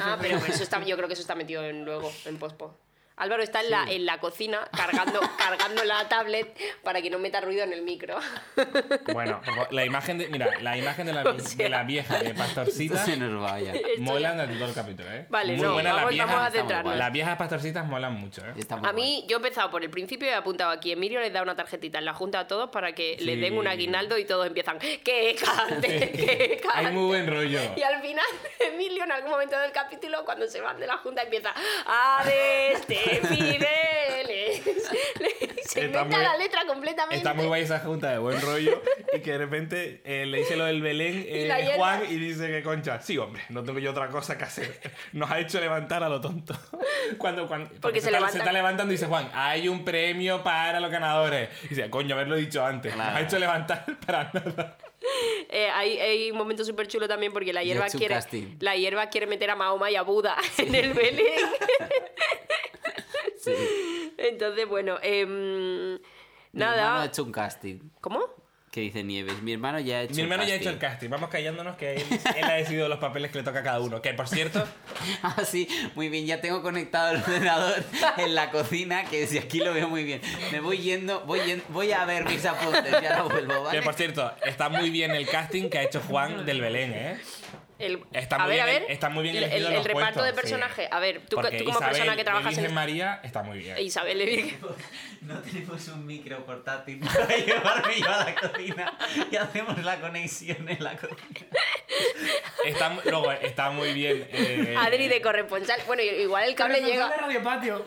Speaker 4: Ah, pero eso está, yo creo que eso está metido en luego, en pospo. Álvaro está en, la, en la cocina cargando, cargando la tablet para que no meta ruido en el micro.
Speaker 5: Bueno, por favor, la imagen de, mira, la imagen de la, vi- de la vieja de Pastorcita
Speaker 1: Se nos vaya.
Speaker 5: mola durante todo el capítulo, ¿eh?
Speaker 4: Vale,
Speaker 5: Muy
Speaker 4: no,
Speaker 5: buena la
Speaker 4: vamos,
Speaker 5: vieja.
Speaker 4: vamos a
Speaker 1: está muy
Speaker 4: centrarnos.
Speaker 5: Las viejas pastorcitas molan mucho, ¿eh?
Speaker 1: Está Ah, muy
Speaker 4: A mí, yo he empezado por el principio y he apuntado aquí. Emilio les da una tarjetita en la junta a todos para que les den un
Speaker 5: Sí.
Speaker 4: aguinaldo y todos empiezan, ¡qué cante! ¡Qué
Speaker 5: Hay muy
Speaker 4: cante!
Speaker 5: buen rollo.
Speaker 4: Y al final, Emilio, en algún momento del capítulo, cuando se van de la junta, empieza a este Fideles. Le- Se
Speaker 5: Está
Speaker 4: inventa
Speaker 5: muy-
Speaker 4: la letra completamente.
Speaker 5: Está muy guay esa junta de buen rollo y que de repente eh, le dice lo del Belén eh,
Speaker 4: la hierba.
Speaker 5: Juan y dice que concha, sí hombre, no tengo yo otra cosa que hacer. Nos ha hecho levantar a lo tonto. Cuando, cuando
Speaker 4: Porque se
Speaker 5: está,
Speaker 4: levantan.
Speaker 5: está levantando y dice Juan, hay un premio para los ganadores. Y dice, coño, haberlo dicho antes. Nos ha
Speaker 1: Claro.
Speaker 5: hecho levantar para nada.
Speaker 4: Eh, hay, hay un momento súper chulo también porque la
Speaker 1: Y
Speaker 4: hierba,
Speaker 1: hecho un
Speaker 4: quiere,
Speaker 1: casting.
Speaker 4: la hierba quiere meter a Mahoma y a Buda en el Belén. Entonces, bueno, em,
Speaker 1: Mi hermano ha
Speaker 4: nada.
Speaker 1: hecho un casting
Speaker 4: ¿Cómo?
Speaker 1: que dice Nieves. Mi hermano ya ha hecho
Speaker 5: Mi hermano
Speaker 1: un
Speaker 5: ya ha hecho el casting. Vamos callándonos que él, él ha decidido los papeles que le toca a cada uno. Que por cierto,
Speaker 1: Ah, sí, muy bien, ya tengo conectado el ordenador en la cocina, que desde aquí lo veo muy bien. Me voy yendo, voy, yen- voy a ver mis apuntes, ya no vuelvo, ¿vale?
Speaker 5: que por cierto, está muy bien el casting que ha hecho Juan del Belén, ¿eh.
Speaker 4: El-
Speaker 5: Está
Speaker 4: a
Speaker 5: muy
Speaker 4: ver,
Speaker 5: bien-
Speaker 4: a ver.
Speaker 5: está muy bien
Speaker 4: el,
Speaker 5: elegido
Speaker 4: el- el
Speaker 5: los
Speaker 4: reparto
Speaker 5: puestos,
Speaker 4: de
Speaker 5: sí.
Speaker 4: personaje. A ver, tú,
Speaker 5: Porque
Speaker 4: tú como
Speaker 5: Isabel
Speaker 4: persona que
Speaker 5: de
Speaker 4: trabajas
Speaker 5: Virgen
Speaker 4: en.
Speaker 5: María está muy bien.
Speaker 4: Isabel de Virgen.
Speaker 1: No tenemos un micro portátil para llevarme yo a la cocina y hacemos la conexión en la cocina.
Speaker 5: Está, mu- luego, está muy bien. eh,
Speaker 4: Adri de corresponsal. Bueno, igual el cable
Speaker 2: Corresponsal de
Speaker 4: llega.
Speaker 2: Radio Patio.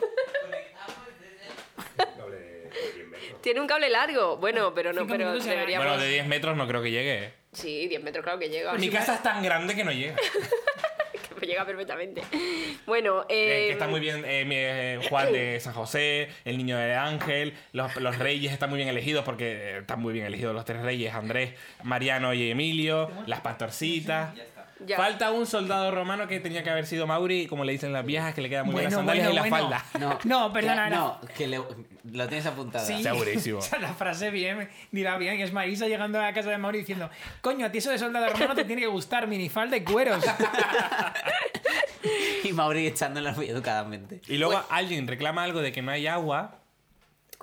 Speaker 4: Tiene un cable largo. Bueno, pero no,
Speaker 2: Cinco
Speaker 4: pero
Speaker 2: minutos llegará.
Speaker 4: deberíamos.
Speaker 5: Bueno, de 10 metros no creo que llegue.
Speaker 4: Sí, 10 metros, claro que llega.
Speaker 5: Mi casa es tan grande que no
Speaker 4: Eh,
Speaker 5: llega.
Speaker 4: Que llega perfectamente. Bueno,
Speaker 5: Eh,
Speaker 4: eh,
Speaker 5: que está muy bien eh, mi- eh, Juan de San José, el niño de Ángel, los, los reyes están muy bien elegidos porque eh, están muy bien elegidos los tres reyes, Andrés, Mariano y Emilio, las pastorcitas.
Speaker 4: Ya.
Speaker 5: Falta un soldado romano que tenía que haber sido Mauri, como le dicen las viejas, que le queda muy bien las sandalias y la falda.
Speaker 2: No, no perdona,
Speaker 1: que-
Speaker 2: no.
Speaker 1: No, que le- lo tienes apuntado.
Speaker 2: Sí.
Speaker 5: Ah, Segurísimo.
Speaker 2: O sea, la frase bien, dirá bien, es Marisa llegando a la casa de Mauri diciendo, coño, a ti eso de soldado romano te tiene que gustar, minifalda y cueros.
Speaker 1: Y Mauri echándola muy educadamente.
Speaker 5: Y luego alguien reclama algo de que no hay agua.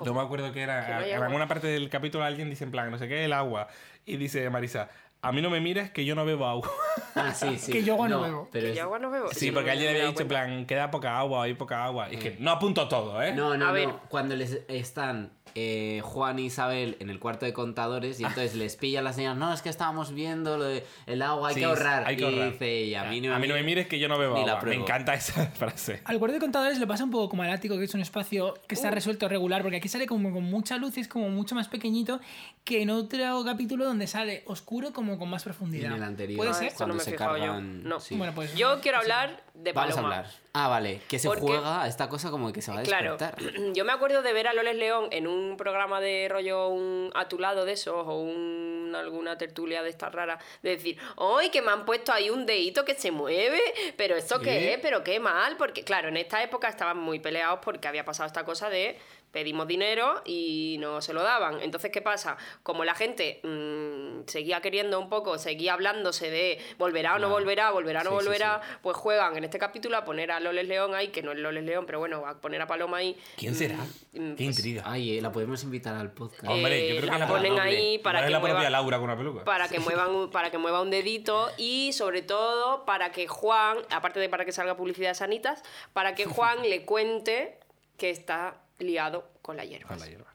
Speaker 5: No me acuerdo qué
Speaker 4: Que no
Speaker 5: era.
Speaker 4: hay
Speaker 5: en
Speaker 4: agua.
Speaker 5: alguna parte del capítulo alguien dice en plan, no sé qué, el agua. Y dice Marisa, a mí no me mires que yo no bebo agua.
Speaker 1: Ah, sí, sí.
Speaker 2: Que yo agua no bebo.
Speaker 1: pero
Speaker 4: Que
Speaker 1: es-
Speaker 4: yo agua no bebo.
Speaker 5: Sí, porque
Speaker 4: me
Speaker 5: alguien había
Speaker 4: he dado
Speaker 5: dicho en
Speaker 4: cuenta. Mm.
Speaker 5: plan, queda poca agua, hay poca agua. Y es que no apunto todo, ¿eh?
Speaker 1: No, no,
Speaker 4: A
Speaker 1: no.
Speaker 4: ver.
Speaker 1: Cuando les están eh, Juan e Isabel en el cuarto de contadores y entonces les pilla la señal, no, es que estábamos viendo lo de el agua, hay
Speaker 5: Sí,
Speaker 1: que ahorrar.
Speaker 5: hay que
Speaker 1: y
Speaker 5: ahorrar.
Speaker 1: dice ella, a mí no,
Speaker 5: me mires que yo no bebo
Speaker 1: ni la
Speaker 5: agua. Me
Speaker 1: pruebo.
Speaker 5: encanta esa frase.
Speaker 2: Al cuarto de contadores lo pasa un poco como al ático, que es un espacio que está resuelto regular, porque aquí sale como con mucha luz y es como mucho más pequeñito que en otro capítulo donde sale oscuro como con más
Speaker 1: Y
Speaker 2: profundidad.
Speaker 1: en el anterior.
Speaker 2: ¿Puede
Speaker 4: Ah,
Speaker 2: ser?
Speaker 4: esto no
Speaker 1: cuando
Speaker 4: me he
Speaker 1: se
Speaker 4: fijado
Speaker 1: cargan-
Speaker 4: yo. No.
Speaker 1: sí.
Speaker 2: Bueno, pues-
Speaker 4: yo quiero hablar de Paloma.
Speaker 1: Vamos a hablar. Ah, vale, que se
Speaker 4: Porque-
Speaker 1: juega a esta cosa como que se va a
Speaker 4: Claro,
Speaker 1: despertar.
Speaker 4: yo me acuerdo de ver a Loles León en un programa de rollo un a tu lado de esos o un, alguna tertulia de estas raras, de decir, ¡ay, que me han puesto ahí un dedito que se mueve! ¿Pero esto
Speaker 1: Sí.
Speaker 4: qué es? ¿Pero qué mal? Porque, claro, en esta época estaban muy peleados porque había pasado esta cosa de pedimos dinero y no se lo daban. Entonces, ¿qué pasa? Como la gente mm, seguía queriendo un poco, seguía hablándose de volverá o no
Speaker 1: Claro.
Speaker 4: volverá, volverá o no
Speaker 1: Sí, sí,
Speaker 4: volverá,
Speaker 1: sí.
Speaker 4: pues juegan en este capítulo a poner a Loles León ahí, que no es Loles León, pero bueno, a poner a Paloma ahí.
Speaker 5: ¿Quién será?
Speaker 4: mm,
Speaker 5: Qué
Speaker 4: pues,
Speaker 5: intriga.
Speaker 1: Ay, eh, la podemos invitar al podcast.
Speaker 4: Eh,
Speaker 5: Hombre, yo creo
Speaker 4: la
Speaker 5: que es la
Speaker 4: ponen
Speaker 5: propia-
Speaker 4: ahí
Speaker 5: igual
Speaker 4: para
Speaker 5: es
Speaker 4: que
Speaker 5: la propia
Speaker 4: mueva-
Speaker 5: Laura con una peluca.
Speaker 4: Para que, muevan, un- para que mueva un dedito y sobre todo para que Juan, aparte de para que salga publicidad de sanitas, para que Juan le cuente que está liado con la hierba.
Speaker 5: Con la hierba.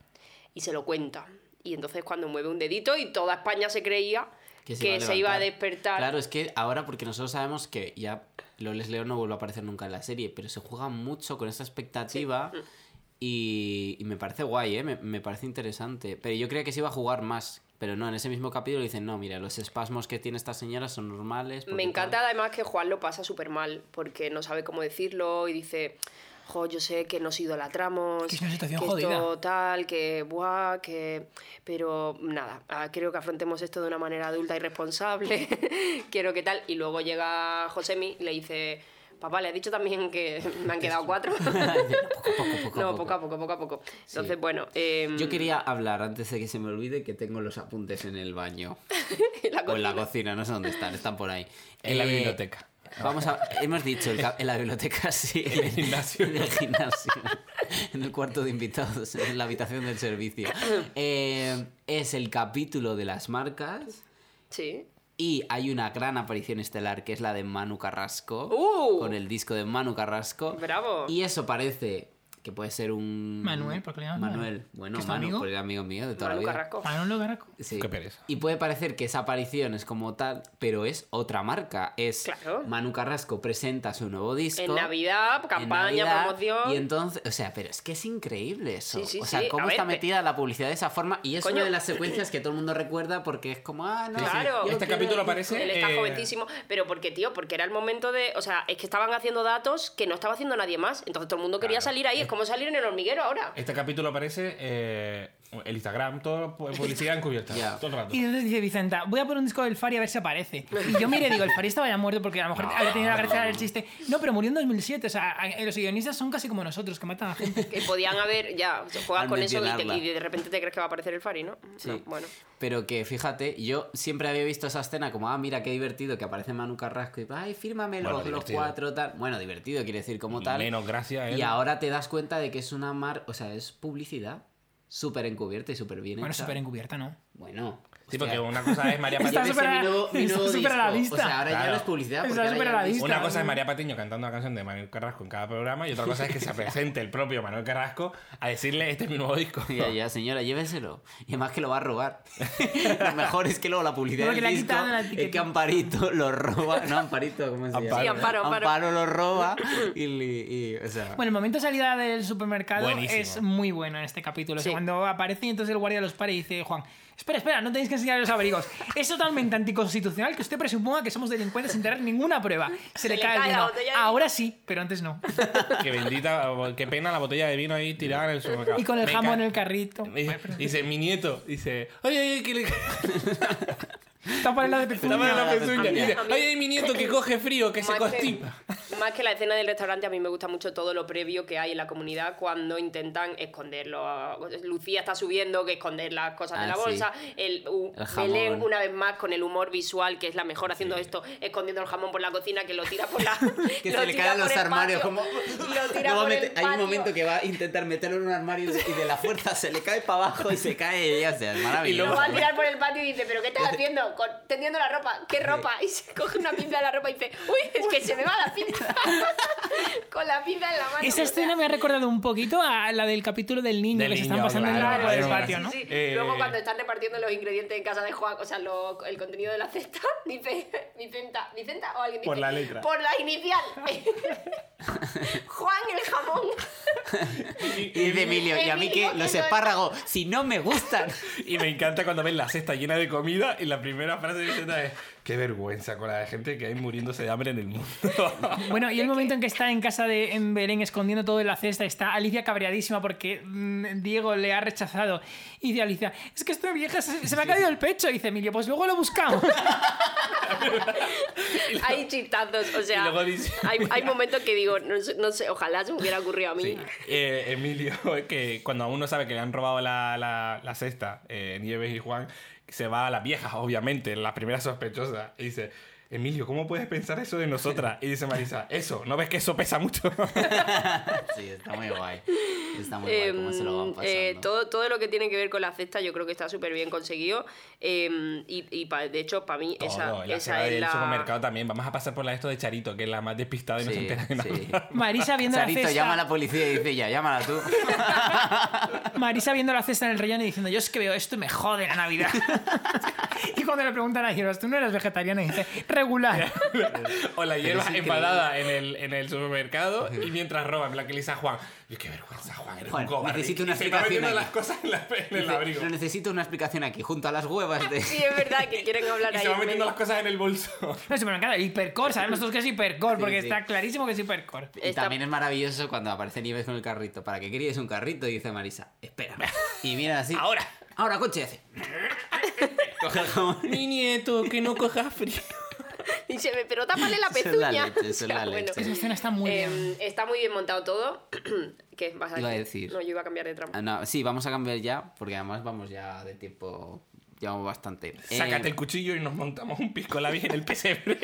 Speaker 4: Y se lo cuenta. Y entonces cuando mueve un dedito y toda España se creía que se, iba
Speaker 1: levantar.
Speaker 4: a despertar.
Speaker 1: Claro, es que ahora, porque nosotros sabemos que ya Loles León no vuelve a aparecer nunca en la serie, pero se juega mucho con esta expectativa y, y me parece guay, ¿eh? me, me parece interesante. Pero yo creía que se iba a jugar más, pero no, en ese mismo capítulo dicen, no, mira, los espasmos que tiene esta señora son normales.
Speaker 4: Me
Speaker 1: porque
Speaker 4: encanta
Speaker 1: tal".
Speaker 4: además que Juan lo pasa súper mal, porque no sabe cómo decirlo y dice, jo, yo sé que nos idolatramos,
Speaker 2: Que es una situación
Speaker 4: que esto
Speaker 2: jodida".
Speaker 4: tal, que buah, que... Pero nada, ah, creo que afrontemos esto de una manera adulta y responsable, quiero que tal. Y luego llega Josemi y le dice... Papá, le ha dicho también que me han quedado cuatro.
Speaker 1: poco, poco,
Speaker 4: no,
Speaker 1: poco.
Speaker 4: poco a poco, poco a poco.
Speaker 1: Sí.
Speaker 4: Entonces, bueno. em,
Speaker 1: Yo quería hablar, antes de que se me olvide, que tengo los apuntes en el baño.
Speaker 4: la
Speaker 1: o en la
Speaker 4: cocina.
Speaker 1: cocina, no sé dónde están, están por ahí.
Speaker 5: En la
Speaker 1: Eh,
Speaker 5: biblioteca.
Speaker 1: Vamos a. Hemos dicho, el ca- en la biblioteca sí. En
Speaker 5: el gimnasio.
Speaker 1: En el gimnasio. En el cuarto de invitados, en la habitación del servicio. Eh, es el capítulo de las marcas.
Speaker 4: Sí.
Speaker 1: Y hay una gran aparición estelar que es la de Manu Carrasco.
Speaker 4: ¡Uh!
Speaker 1: Con el disco de Manu Carrasco.
Speaker 4: Bravo.
Speaker 1: Y eso parece que puede ser un.
Speaker 2: Manuel, ¿por qué le llamas
Speaker 1: Manuel.
Speaker 2: Manuel?
Speaker 1: Bueno,
Speaker 2: ¿Que es tu
Speaker 1: Manu,
Speaker 2: amigo?
Speaker 1: porque era amigo mío de toda la
Speaker 4: Manu
Speaker 1: vida.
Speaker 4: Carrasco.
Speaker 2: Manolo Carrasco.
Speaker 1: Sí.
Speaker 5: Qué pereza.
Speaker 1: Y puede parecer que esa aparición es como tal, pero es otra marca. Es
Speaker 4: Claro.
Speaker 1: Manu Carrasco presenta su nuevo disco.
Speaker 4: En Navidad,
Speaker 1: en
Speaker 4: campaña,
Speaker 1: Navidad,
Speaker 4: promoción.
Speaker 1: Y entonces, o sea, pero es que es increíble eso.
Speaker 4: Sí, sí,
Speaker 1: o sea,
Speaker 4: sí.
Speaker 1: cómo
Speaker 4: A
Speaker 1: está
Speaker 4: ver, pe-
Speaker 1: metida la publicidad de esa forma. Y es
Speaker 4: Coño.
Speaker 1: una de las secuencias que todo el mundo recuerda porque es como, ah, no,
Speaker 4: Sí, sí. Claro.
Speaker 1: yo
Speaker 5: Este
Speaker 1: quiero
Speaker 5: capítulo
Speaker 1: el
Speaker 5: parece-
Speaker 1: disco.
Speaker 4: Él está
Speaker 5: Eh,
Speaker 4: jovencísimo, pero porque, tío, porque era el momento de. O sea, es que estaban haciendo datos que no estaba haciendo nadie más. Entonces todo el mundo quería
Speaker 5: Claro.
Speaker 4: salir ahí. Es como salir en el hormiguero ahora.
Speaker 5: Este capítulo aparece eh, el Instagram, todo pu- publicidad encubierta.
Speaker 1: Ya.
Speaker 5: Todo el rato.
Speaker 2: Y entonces dice Vicenta, voy a poner un disco del Fari a ver si aparece. Y yo miré, digo, el Fari estaba ya muerto porque a lo mejor había tenido la gracia del chiste. No, pero murió en 2007. O sea, a- a- los guionistas son casi como nosotros, que matan a gente.
Speaker 4: Que podían haber. Ya, juegas
Speaker 1: Al
Speaker 4: con eso y, te-
Speaker 1: mencionarla.
Speaker 4: y de repente te crees que va a aparecer el Fari, ¿no?
Speaker 1: Sí.
Speaker 4: No, bueno.
Speaker 1: Pero que fíjate, yo siempre había visto esa escena como, ah, mira qué divertido que aparece Manu Carrasco y, ay, fírmame
Speaker 5: Bueno,
Speaker 1: los, los
Speaker 5: divertido.
Speaker 1: cuatro, tal. Bueno, divertido quiere decir como tal.
Speaker 5: Menos gracia, ¿eh?
Speaker 1: Y ahora te das cuenta de que es una mar, o sea, es publicidad súper encubierta y súper bien
Speaker 2: Bueno,
Speaker 1: hecha.
Speaker 2: súper encubierta, ¿no?
Speaker 1: Bueno.
Speaker 5: Sí,
Speaker 1: hostia,
Speaker 5: porque una cosa es María
Speaker 1: ya
Speaker 2: Está
Speaker 1: ves
Speaker 5: Patiño.
Speaker 2: súper
Speaker 1: mi
Speaker 2: a-
Speaker 1: nuevo- mi
Speaker 2: está
Speaker 1: nuevo
Speaker 2: súper a la
Speaker 1: disco. O sea,
Speaker 2: vista.
Speaker 1: ahora ya
Speaker 5: Claro.
Speaker 1: no es publicidad.
Speaker 2: Está
Speaker 1: porque ahora
Speaker 2: súper
Speaker 1: ya
Speaker 2: a la
Speaker 1: no es-
Speaker 2: vista.
Speaker 5: Una cosa es María Patiño cantando la canción de Manuel Carrasco en cada programa y otra cosa es que se presente el propio Manuel Carrasco a decirle este es mi nuevo disco.
Speaker 1: Ya, ya, señora, lléveselo. Y además que lo va a robar. lo mejor es que luego la publicidad
Speaker 2: Porque
Speaker 1: del
Speaker 2: le ha
Speaker 1: disco
Speaker 2: quitado la
Speaker 1: es que
Speaker 2: etiqueta. ¿eh?
Speaker 1: Amparito lo roba. No, Amparito, ¿cómo se llama?
Speaker 5: Amparo. Sí,
Speaker 4: Amparo, Amparo.
Speaker 1: lo roba y, le- y, o sea...
Speaker 2: Bueno, el momento de salida del supermercado
Speaker 5: Buenísimo.
Speaker 2: es muy bueno en este capítulo. O sea,
Speaker 4: Sí.
Speaker 2: cuando aparece y entonces el guardia los para y dice, Juan, espera, espera, no tenéis que enseñar los abrigos. Es totalmente anticonstitucional que usted presuponga que somos delincuentes sin tener ninguna prueba. Se, le, cae, el
Speaker 4: la
Speaker 2: vino.
Speaker 4: botella de vino.
Speaker 2: Ahora sí, pero antes no.
Speaker 5: Qué bendita, qué pena la botella de vino ahí tirada en el supermercado.
Speaker 2: Y con el
Speaker 5: Me
Speaker 2: jamón en
Speaker 5: encanta.
Speaker 2: el carrito.
Speaker 5: Dice, dice, mi nieto, dice, oye, oye, que le...
Speaker 2: Tapa la de
Speaker 5: La mano en la
Speaker 2: pezuña.
Speaker 1: Pero-
Speaker 5: pezuña. Y dice,
Speaker 4: A mí-
Speaker 5: Ay, hay mi nieto que coge frío, que se
Speaker 4: Más que-
Speaker 5: constipa.
Speaker 4: Más que la escena del restaurante, a mí me gusta mucho todo lo previo que hay en la comunidad cuando intentan esconderlo. Lucía está subiendo que esconder las cosas de
Speaker 1: Ah,
Speaker 4: la
Speaker 1: sí.
Speaker 4: bolsa. El, u-
Speaker 1: El jamón.
Speaker 4: Belén, una vez más, con el humor visual, que es la mejor haciendo esto, escondiendo el jamón por la cocina, que lo tira por la.
Speaker 1: Que
Speaker 4: lo
Speaker 1: se le
Speaker 4: tira
Speaker 1: caen
Speaker 4: por
Speaker 1: los
Speaker 4: el
Speaker 1: armarios
Speaker 4: patio,
Speaker 1: como...
Speaker 4: Lo tira
Speaker 1: No va a
Speaker 4: por el
Speaker 1: meter- Hay un
Speaker 4: patio.
Speaker 1: momento que va a intentar meterlo en un armario y de- y de la fuerza se le cae para abajo y se cae y ya sea, es maravilloso.
Speaker 4: Lo va a tirar por el patio y dice, ¿pero qué estás haciendo? Con- tendiendo la ropa, ¿qué ropa? Y se coge una pinza de la ropa y dice, uy, es que se me va la pinza. Con la pinza en la mano.
Speaker 2: Esa
Speaker 4: o sea,
Speaker 2: escena me ha recordado un poquito a la del capítulo del niño
Speaker 5: Del
Speaker 2: que se están
Speaker 5: niño,
Speaker 2: pasando
Speaker 5: claro,
Speaker 2: en la por el
Speaker 5: claro,
Speaker 2: patio,
Speaker 5: sí,
Speaker 2: ¿no?
Speaker 5: sí.
Speaker 4: Sí,
Speaker 5: Eh,
Speaker 4: Luego cuando están repartiendo los ingredientes en casa de Juan, o sea, lo- el contenido de la cesta, dice Vicenta, Vicenta o alguien dice,
Speaker 5: Por la letra.
Speaker 4: Por la inicial. Juan el jamón.
Speaker 1: Y dice Emilio, ¿y a mí qué? Los espárragos, si no me gustan.
Speaker 5: Y me encanta cuando ven la cesta llena de comida y la primera frase de Vicenta es qué vergüenza con la gente que hay muriéndose de hambre en el mundo.
Speaker 2: Bueno, y el momento en que está en casa de en Belén escondiendo todo en la cesta, está Alicia cabreadísima porque mm, Diego le ha rechazado. Y dice Alicia, es que estoy vieja, se, se me ha caído el pecho. Y dice Emilio, pues luego lo buscamos.
Speaker 4: hay chistazos, o sea,
Speaker 5: y luego dice-
Speaker 4: hay, hay momentos que digo, no sé, no sé, ojalá se me hubiera ocurrido a mí.
Speaker 5: Sí. Eh, Emilio, que cuando aún no sabe que le han robado la, la, la cesta, eh, Nieves y Juan, se va a las viejas, obviamente, la primera sospechosa, y dice... Emilio, ¿cómo puedes pensar eso de nosotras? Y dice Marisa, eso, ¿no ves que eso pesa mucho?
Speaker 1: Sí, está muy guay. Está muy guay cómo se lo van
Speaker 4: Em,
Speaker 1: pasando.
Speaker 4: eh, todo, todo lo que tiene que ver con la cesta yo creo que está súper bien conseguido em, y, y pa- de hecho para mí esa,
Speaker 5: Todo, la
Speaker 4: esa
Speaker 5: cena
Speaker 4: es
Speaker 5: del
Speaker 4: la...
Speaker 5: supermercado también. Vamos a pasar por la de esto de Charito, que es la más despistada y no se
Speaker 1: Sí,
Speaker 5: entera de nada.
Speaker 1: sí.
Speaker 2: Marisa viendo la
Speaker 1: Sarito
Speaker 2: cesta.
Speaker 1: llama a la policía y dice ya, llámala tú.
Speaker 2: Marisa viendo la cesta en el rellano y diciendo, yo es que veo esto y me jode la Navidad. y cuando le preguntan a Hierbas, ¿tú no eres vegetariana? Y dice, regular.
Speaker 5: O la hierba
Speaker 1: increíble.
Speaker 5: empadada en el, en el supermercado y mientras roban, la que le dice a Juan. Yo, qué vergüenza, Juan, eres
Speaker 1: Juan,
Speaker 5: un cobarde.
Speaker 1: necesito una
Speaker 5: y se está
Speaker 1: explicación
Speaker 5: metiendo
Speaker 1: aquí.
Speaker 5: las cosas en, la- en el
Speaker 1: Dice,
Speaker 5: abrigo.
Speaker 1: "No, necesito una explicación aquí, junto a las huevas de...
Speaker 4: Sí, es verdad que quieren hablar
Speaker 5: Y
Speaker 4: ahí.
Speaker 5: se va
Speaker 4: en medio.
Speaker 5: metiendo las cosas en el bolso.
Speaker 2: No sé, me encanta. Hipercore, sabemos todos que es hipercore,
Speaker 1: Sí,
Speaker 2: porque
Speaker 1: sí.
Speaker 2: está clarísimo que es hipercore.
Speaker 1: Y
Speaker 4: Está-
Speaker 1: también es maravilloso cuando aparece Nieves con el carrito. ¿Para qué querías un carrito? Y dice Marisa, espera. Y mira así.
Speaker 5: Ahora.
Speaker 1: Ahora, coche, y hace. Coge el jamón.
Speaker 5: Mi nieto, que no coja frío.
Speaker 4: Dice, "Me- pero tápale la
Speaker 1: Eso es
Speaker 4: pezuña.
Speaker 1: la leche, eso es la leche.
Speaker 2: Esa escena está muy
Speaker 4: em,
Speaker 2: bien.
Speaker 4: Está muy bien montado todo. ¿Qué vas a decir?
Speaker 1: Iba a decir.
Speaker 4: No, yo iba a cambiar de trampa.
Speaker 1: Ah, no, sí, vamos a cambiar ya, porque además vamos ya de tiempo. Llevamos bastante.
Speaker 5: Sácate
Speaker 1: Eh,
Speaker 5: el cuchillo y nos montamos un pisco la vieja en el pesebre.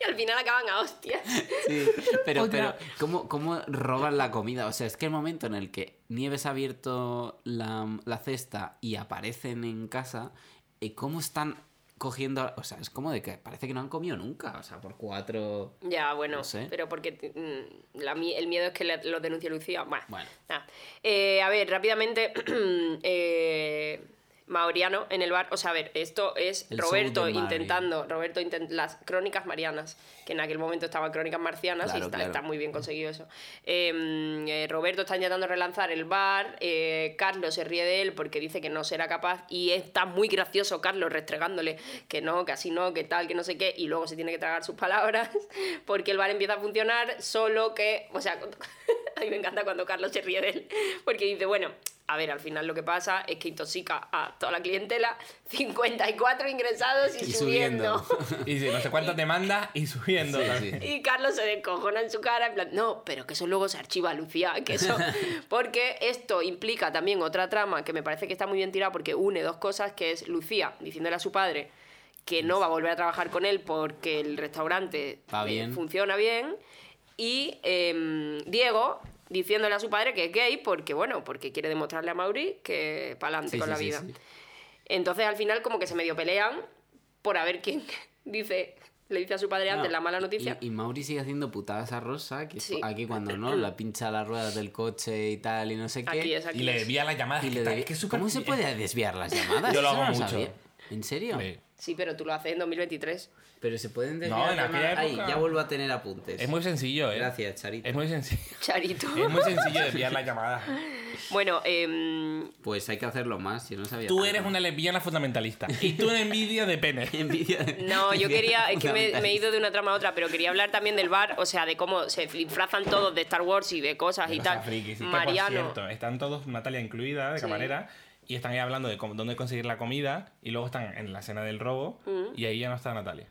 Speaker 4: Y al final acaban a hostias.
Speaker 1: Sí, pero, pero
Speaker 2: Otra.
Speaker 1: ¿cómo, ¿cómo roban la comida? O sea, es que el momento en el que Nieves ha abierto la, la cesta y aparecen en casa, ¿y ¿cómo están cogiendo? O sea, es como de que parece que no han comido nunca, o sea, por cuatro...
Speaker 4: Ya, bueno,
Speaker 1: No sé.
Speaker 4: pero porque mm, la mi- el miedo es que le- lo denuncie Lucía. Bueno,
Speaker 1: Bueno.
Speaker 4: nada. Eh, a ver, rápidamente. eh, Maoriano en el bar. O sea, a ver, esto es
Speaker 1: El show
Speaker 4: Roberto
Speaker 1: de Mario.
Speaker 4: intentando. Roberto intent- las crónicas marianas, que en aquel momento estaban crónicas marcianas y
Speaker 1: Claro,
Speaker 4: está,
Speaker 1: claro.
Speaker 4: está muy bien conseguido eso. Eh, eh, Roberto está intentando relanzar el bar. eh, Carlos se ríe de él porque dice que no será capaz. Y está muy gracioso Carlos restregándole que no, que así no, que tal, que no sé qué. Y luego se tiene que tragar sus palabras porque el bar empieza a funcionar. Solo que, o sea, a mí me encanta cuando Carlos se ríe de él porque dice, bueno. A ver, al final lo que pasa es que intoxica a toda la clientela, 54 ingresados y,
Speaker 1: Y subiendo.
Speaker 4: subiendo.
Speaker 5: Y dice, no sé cuántas demandas y subiendo.
Speaker 1: Sí,
Speaker 5: también.
Speaker 1: sí.
Speaker 4: Y Carlos se descojona en su cara, en plan, no, pero que eso luego se archiva, Lucía, que eso... Porque esto implica también otra trama que me parece que está muy bien tirada porque une dos cosas, que es Lucía diciéndole a su padre que no va a volver a trabajar con él porque el restaurante
Speaker 1: Va
Speaker 4: eh,
Speaker 1: bien.
Speaker 4: funciona bien, y em, Diego diciéndole a su padre que es gay porque, bueno, porque quiere demostrarle a Mauri que para
Speaker 1: Sí,
Speaker 4: adelante con
Speaker 1: sí,
Speaker 4: la
Speaker 1: sí,
Speaker 4: vida.
Speaker 1: sí.
Speaker 4: Entonces al final como que se medio pelean por a ver quién dice... Le dice a su padre antes
Speaker 1: No,
Speaker 4: la mala
Speaker 1: y-
Speaker 4: noticia.
Speaker 1: Y, y Mauri sigue haciendo putadas a Rosa, que es
Speaker 4: Sí.
Speaker 1: aquí cuando no, la pincha las ruedas del coche y tal, y no sé qué.
Speaker 4: Aquí es, aquí
Speaker 5: Y le
Speaker 4: es.
Speaker 5: debía las llamadas.
Speaker 1: Y
Speaker 5: que
Speaker 1: le
Speaker 5: tal,
Speaker 1: de-
Speaker 5: que es súper-
Speaker 1: ¿Cómo se puede desviar las llamadas?
Speaker 5: Yo lo
Speaker 1: Eso
Speaker 5: hago
Speaker 1: no
Speaker 5: mucho.
Speaker 1: sabía. ¿En serio?
Speaker 5: Sí.
Speaker 4: Sí, pero tú lo haces en 2023.
Speaker 1: Pero se pueden desviar
Speaker 5: No, en
Speaker 1: llamadas.
Speaker 5: aquella
Speaker 1: Ay,
Speaker 5: época-
Speaker 1: ya vuelvo a tener apuntes.
Speaker 5: Es muy sencillo, ¿eh?
Speaker 1: Gracias, Charito.
Speaker 5: Es muy sencillo.
Speaker 4: Charito.
Speaker 5: Es muy sencillo desviar las llamadas.
Speaker 4: Bueno, em,
Speaker 1: Pues hay que hacerlo más, yo no sabía.
Speaker 5: Tú
Speaker 1: tanto.
Speaker 5: eres una lesbiana fundamentalista. Y tú una envidia de pene.
Speaker 1: Envidia.
Speaker 4: no, yo quería. Es que me, me he
Speaker 1: fundamentalista.
Speaker 4: ido de una trama a otra, pero quería hablar también del bar, o sea, de cómo se disfrazan todos de Star Wars y de cosas y
Speaker 5: Cosas
Speaker 4: tal.
Speaker 5: frikis. Y que, por
Speaker 4: Mariano.
Speaker 5: cierto, están todos, Natalia incluida, de
Speaker 4: Sí.
Speaker 5: camarera. y están ahí hablando de cómo- dónde conseguir la comida y luego están en la escena del robo
Speaker 4: Mm.
Speaker 5: y ahí ya no está Natalia.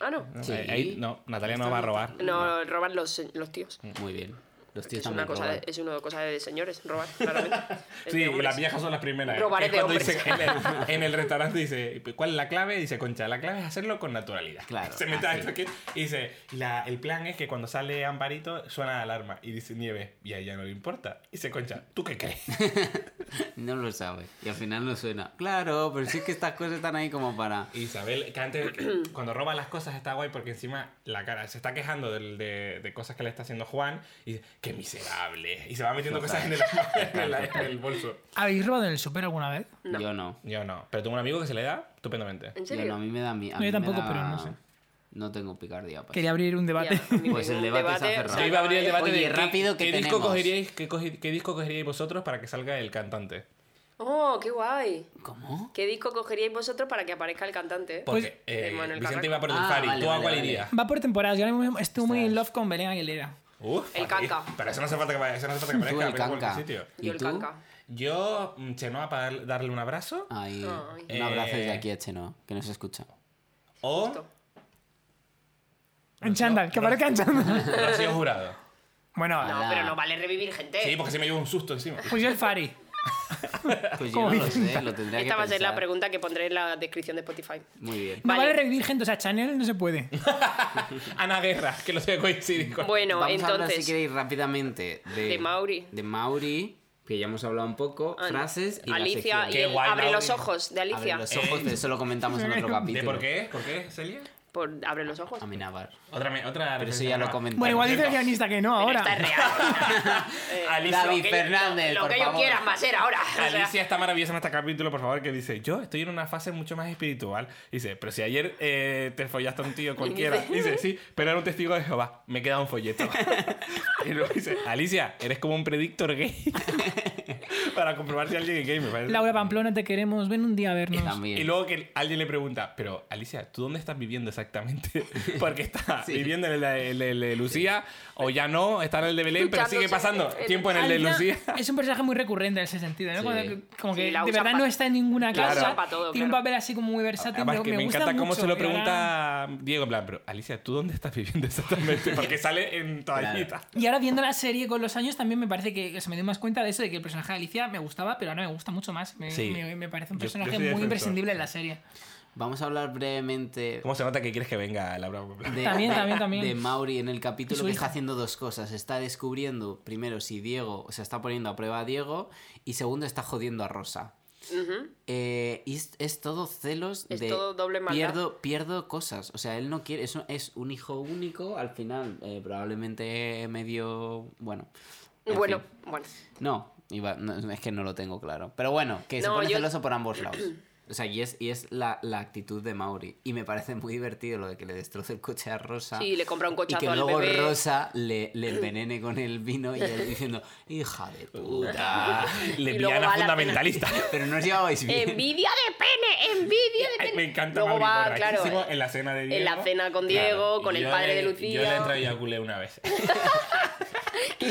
Speaker 4: Ah, no.
Speaker 5: ¿no?
Speaker 1: Sí.
Speaker 5: Ahí- ahí- no, Natalia no va a robar.
Speaker 4: No, roban los, los tíos.
Speaker 1: Muy bien. Los tíos
Speaker 4: Es una,
Speaker 1: también
Speaker 4: cosa
Speaker 1: roban.
Speaker 4: de, es una cosa de señores, robar, claramente. Este Es
Speaker 5: Sí,
Speaker 4: de
Speaker 5: y
Speaker 4: hombres.
Speaker 5: las viejas son las primeras. ¿eh?
Speaker 4: Robaré
Speaker 5: Es
Speaker 4: de
Speaker 5: cuando
Speaker 4: hombres.
Speaker 5: dicen- en, el, en el restaurante dice, ¿cuál es la clave? Dice Concha, la clave es hacerlo con naturalidad.
Speaker 1: Claro,
Speaker 5: Se mete a
Speaker 1: así.
Speaker 5: esto aquí y dice, la- el plan es que cuando sale Amparito suena la alarma y dice Nieve, y a ella no le importa. Y dice Concha, ¿tú qué crees?
Speaker 1: No lo sabe. Y al final no suena. Claro, pero sí que estas cosas están ahí como para.
Speaker 5: Isabel, que antes, cuando roba las cosas está guay porque encima la cara se está quejando del- de, de cosas que le está haciendo Juan y dice, ¡qué miserable! Y se va metiendo cosas en el, en el- en el bolso.
Speaker 2: ¿Habéis robado en el súper alguna vez?
Speaker 4: No.
Speaker 1: Yo no.
Speaker 5: Yo no, pero tengo un amigo que se le da estupendamente.
Speaker 4: ¿En
Speaker 1: Yo
Speaker 4: serio?
Speaker 1: no, a mí me da mi. a
Speaker 2: No,
Speaker 1: mí me
Speaker 2: yo tampoco,
Speaker 1: da-
Speaker 2: pero no sé.
Speaker 1: No tengo picardía. pues. para
Speaker 2: Quería abrir un debate.
Speaker 4: Ya, ni
Speaker 1: Pues el
Speaker 4: ningún
Speaker 1: debate se ha
Speaker 4: o
Speaker 1: cerrado.
Speaker 4: sea,
Speaker 5: Yo iba a abrir el debate
Speaker 1: Oye,
Speaker 5: de qué-
Speaker 1: rápido,
Speaker 5: qué,
Speaker 1: que
Speaker 5: disco
Speaker 1: tenemos.
Speaker 5: cogeríais, qué, cogi- qué disco cogeríais vosotros para que salga el cantante.
Speaker 4: Oh, qué guay.
Speaker 1: ¿Cómo?
Speaker 4: ¿Qué disco cogeríais vosotros para que aparezca el cantante?
Speaker 5: Porque
Speaker 2: Pues-
Speaker 5: eh,
Speaker 4: de Manuel
Speaker 5: Vicente
Speaker 4: Carrasco.
Speaker 5: iba por el
Speaker 1: Ah,
Speaker 5: Fari,
Speaker 1: vale,
Speaker 5: tú a
Speaker 1: vale,
Speaker 5: cuál
Speaker 1: vale.
Speaker 5: irías.
Speaker 2: Va por temporadas. Yo ahora mismo estoy muy in love con Belén Aguilera.
Speaker 5: Uf,
Speaker 4: El
Speaker 5: Fari.
Speaker 4: Canca.
Speaker 5: Pero eso no hace falta que vaya, eso no hace falta que
Speaker 1: Tú
Speaker 5: aparezca,
Speaker 1: el
Speaker 5: aparece en cualquier
Speaker 1: canca.
Speaker 5: sitio.
Speaker 1: ¿Y
Speaker 4: Yo el
Speaker 1: tú?
Speaker 4: canca.
Speaker 5: Yo, mm, Chenoa, para dar- darle un abrazo.
Speaker 1: Ay,
Speaker 4: Ay.
Speaker 1: un abrazo desde
Speaker 5: Eh.
Speaker 1: aquí a Chenoa, que nos escucha.
Speaker 5: O
Speaker 2: Pues
Speaker 4: Justo.
Speaker 2: En chándal, que parezca en chándal.
Speaker 5: Rocío Jurado.
Speaker 2: Bueno,
Speaker 4: No,
Speaker 1: Ala.
Speaker 4: pero no vale revivir gente.
Speaker 5: Sí, porque se me lleva un susto encima.
Speaker 2: pues yo el Fari.
Speaker 1: Pues yo
Speaker 2: ¿Cómo
Speaker 1: no lo
Speaker 2: dicen?
Speaker 1: sé, lo tendría que
Speaker 4: Esta va a ser la
Speaker 1: pensar.
Speaker 4: pregunta que pondré en la descripción de Spotify.
Speaker 1: Muy bien.
Speaker 2: No
Speaker 4: Vale.
Speaker 2: vale revivir gente, o sea, Chanel no se puede.
Speaker 5: Ana Guerra, que lo sé coincidir con.
Speaker 4: Bueno,
Speaker 1: Vamos a hablar, si
Speaker 4: entonces.
Speaker 1: queréis, rápidamente de,
Speaker 4: de Mauri.
Speaker 1: de Mauri, que ya hemos hablado un poco,
Speaker 4: Ah, no.
Speaker 1: frases y la
Speaker 4: Alicia
Speaker 1: sección.
Speaker 4: y
Speaker 5: Qué
Speaker 4: el
Speaker 5: guay,
Speaker 4: Abre
Speaker 5: Mauri.
Speaker 4: los ojos de Alicia.
Speaker 1: Abre los ojos,
Speaker 2: Eh.
Speaker 1: pero eso lo comentamos en otro capítulo.
Speaker 5: ¿De por qué? ¿Por qué, Celia?
Speaker 4: Por Abre los ojos.
Speaker 1: A Minabar.
Speaker 5: Otra, me- otra
Speaker 1: Pero eso
Speaker 5: referencia
Speaker 1: ya lo
Speaker 5: nueva.
Speaker 1: comentamos.
Speaker 2: Bueno, igual
Speaker 4: Eh,
Speaker 2: dice el
Speaker 5: cierto.
Speaker 2: guionista que no
Speaker 4: Pero
Speaker 2: ahora.
Speaker 4: esta es real. Eh,
Speaker 5: Alicia,
Speaker 1: David Fernández,
Speaker 4: lo
Speaker 1: por
Speaker 4: que yo
Speaker 1: favor.
Speaker 4: quiera va a ser ahora. O sea,
Speaker 5: Alicia está maravillosa en este capítulo, por favor, que dice, yo estoy en una fase mucho más espiritual. Dice, pero si ayer eh, te follaste a un tío cualquiera. Dice, sí, pero era un testigo de Jehová. Me queda un folleto. y luego dice, Alicia, eres como un predictor gay. Para comprobar si alguien es gay, me parece.
Speaker 2: Laura Pamplona, te queremos. Ven un día a vernos.
Speaker 1: También.
Speaker 5: Y luego que alguien le pregunta, pero Alicia, ¿tú dónde estás viviendo exactamente? Porque está
Speaker 1: Sí.
Speaker 5: viviendo en el, de- el de- el de Lucía, o ya no, está en el de Belén, pero sigue
Speaker 4: Escuchándose
Speaker 5: pasando
Speaker 4: en-
Speaker 5: tiempo en el de
Speaker 2: Alina
Speaker 5: Lucía.
Speaker 2: Es un personaje muy recurrente en ese sentido, ¿no?
Speaker 1: Sí.
Speaker 2: Cuando- como que
Speaker 4: Sí, la
Speaker 2: de
Speaker 4: usan
Speaker 2: verdad
Speaker 4: pa-
Speaker 2: no está en ninguna
Speaker 4: la
Speaker 2: casa.
Speaker 4: usan pa todo,
Speaker 2: tiene un
Speaker 4: claro.
Speaker 2: papel así como muy versátil.
Speaker 5: Además
Speaker 2: me,
Speaker 5: que me,
Speaker 2: me gusta
Speaker 5: encanta cómo
Speaker 2: mucho,
Speaker 5: se lo
Speaker 2: y ahora-
Speaker 5: pregunta Diego, en plan, pero Alicia, ¿tú dónde estás viviendo exactamente? Porque sale en toallita.
Speaker 2: Y ahora viendo la serie con los años también me parece que se me dio más cuenta de eso, de que el personaje de Alicia me gustaba, pero ahora me gusta mucho más. Me,
Speaker 5: Sí.
Speaker 2: me- me parece un
Speaker 5: Yo- yo soy
Speaker 2: personaje muy
Speaker 5: defensor.
Speaker 2: imprescindible en la serie.
Speaker 1: Vamos a hablar brevemente
Speaker 5: ¿Cómo se nota que quieres que venga Laura?
Speaker 1: de,
Speaker 2: También,
Speaker 1: de-
Speaker 2: también, también.
Speaker 1: de Mauri en el
Speaker 2: Y
Speaker 1: capítulo
Speaker 2: su
Speaker 1: que
Speaker 2: hija.
Speaker 1: está haciendo dos cosas. Está descubriendo, primero, si Diego, o sea, está poniendo a prueba a Diego, y segundo, está jodiendo a Rosa.
Speaker 4: ujú.
Speaker 1: Eh, y es, es todo celos
Speaker 4: Es
Speaker 1: de
Speaker 4: todo doble maldad.
Speaker 1: pierdo, pierdo cosas. O sea, él no quiere, es un, es un hijo único, al final, eh, probablemente medio. Bueno. en
Speaker 4: Bueno,
Speaker 1: fin.
Speaker 4: bueno.
Speaker 1: No, iba- no, es que no lo tengo claro. Pero bueno, que se
Speaker 4: No,
Speaker 1: pone
Speaker 4: yo-
Speaker 1: celoso por ambos lados. O sea, y es, y es la, la actitud de Mauri. Y me parece muy divertido lo de que le destroce el coche a Rosa.
Speaker 4: Sí, le compra un
Speaker 1: y que
Speaker 4: cochazo al
Speaker 1: luego
Speaker 4: bebé.
Speaker 1: Rosa le, le envenene con el vino y él diciendo, hija de puta.
Speaker 4: Y luego va
Speaker 5: Lesbiana
Speaker 4: la
Speaker 5: fundamentalista.
Speaker 1: Pero no os llevabais bien.
Speaker 4: Envidia de pene, envidia de
Speaker 5: Ay,
Speaker 4: pene.
Speaker 5: me encanta
Speaker 4: Luego
Speaker 5: Mauri
Speaker 4: va,
Speaker 5: borrachísimo
Speaker 4: claro,
Speaker 5: en la cena de Diego.
Speaker 4: en la cena con Diego, con
Speaker 5: y
Speaker 4: el
Speaker 5: yo
Speaker 4: padre
Speaker 5: le-
Speaker 4: de Lucía.
Speaker 5: Yo le entré y aculé una vez.
Speaker 4: y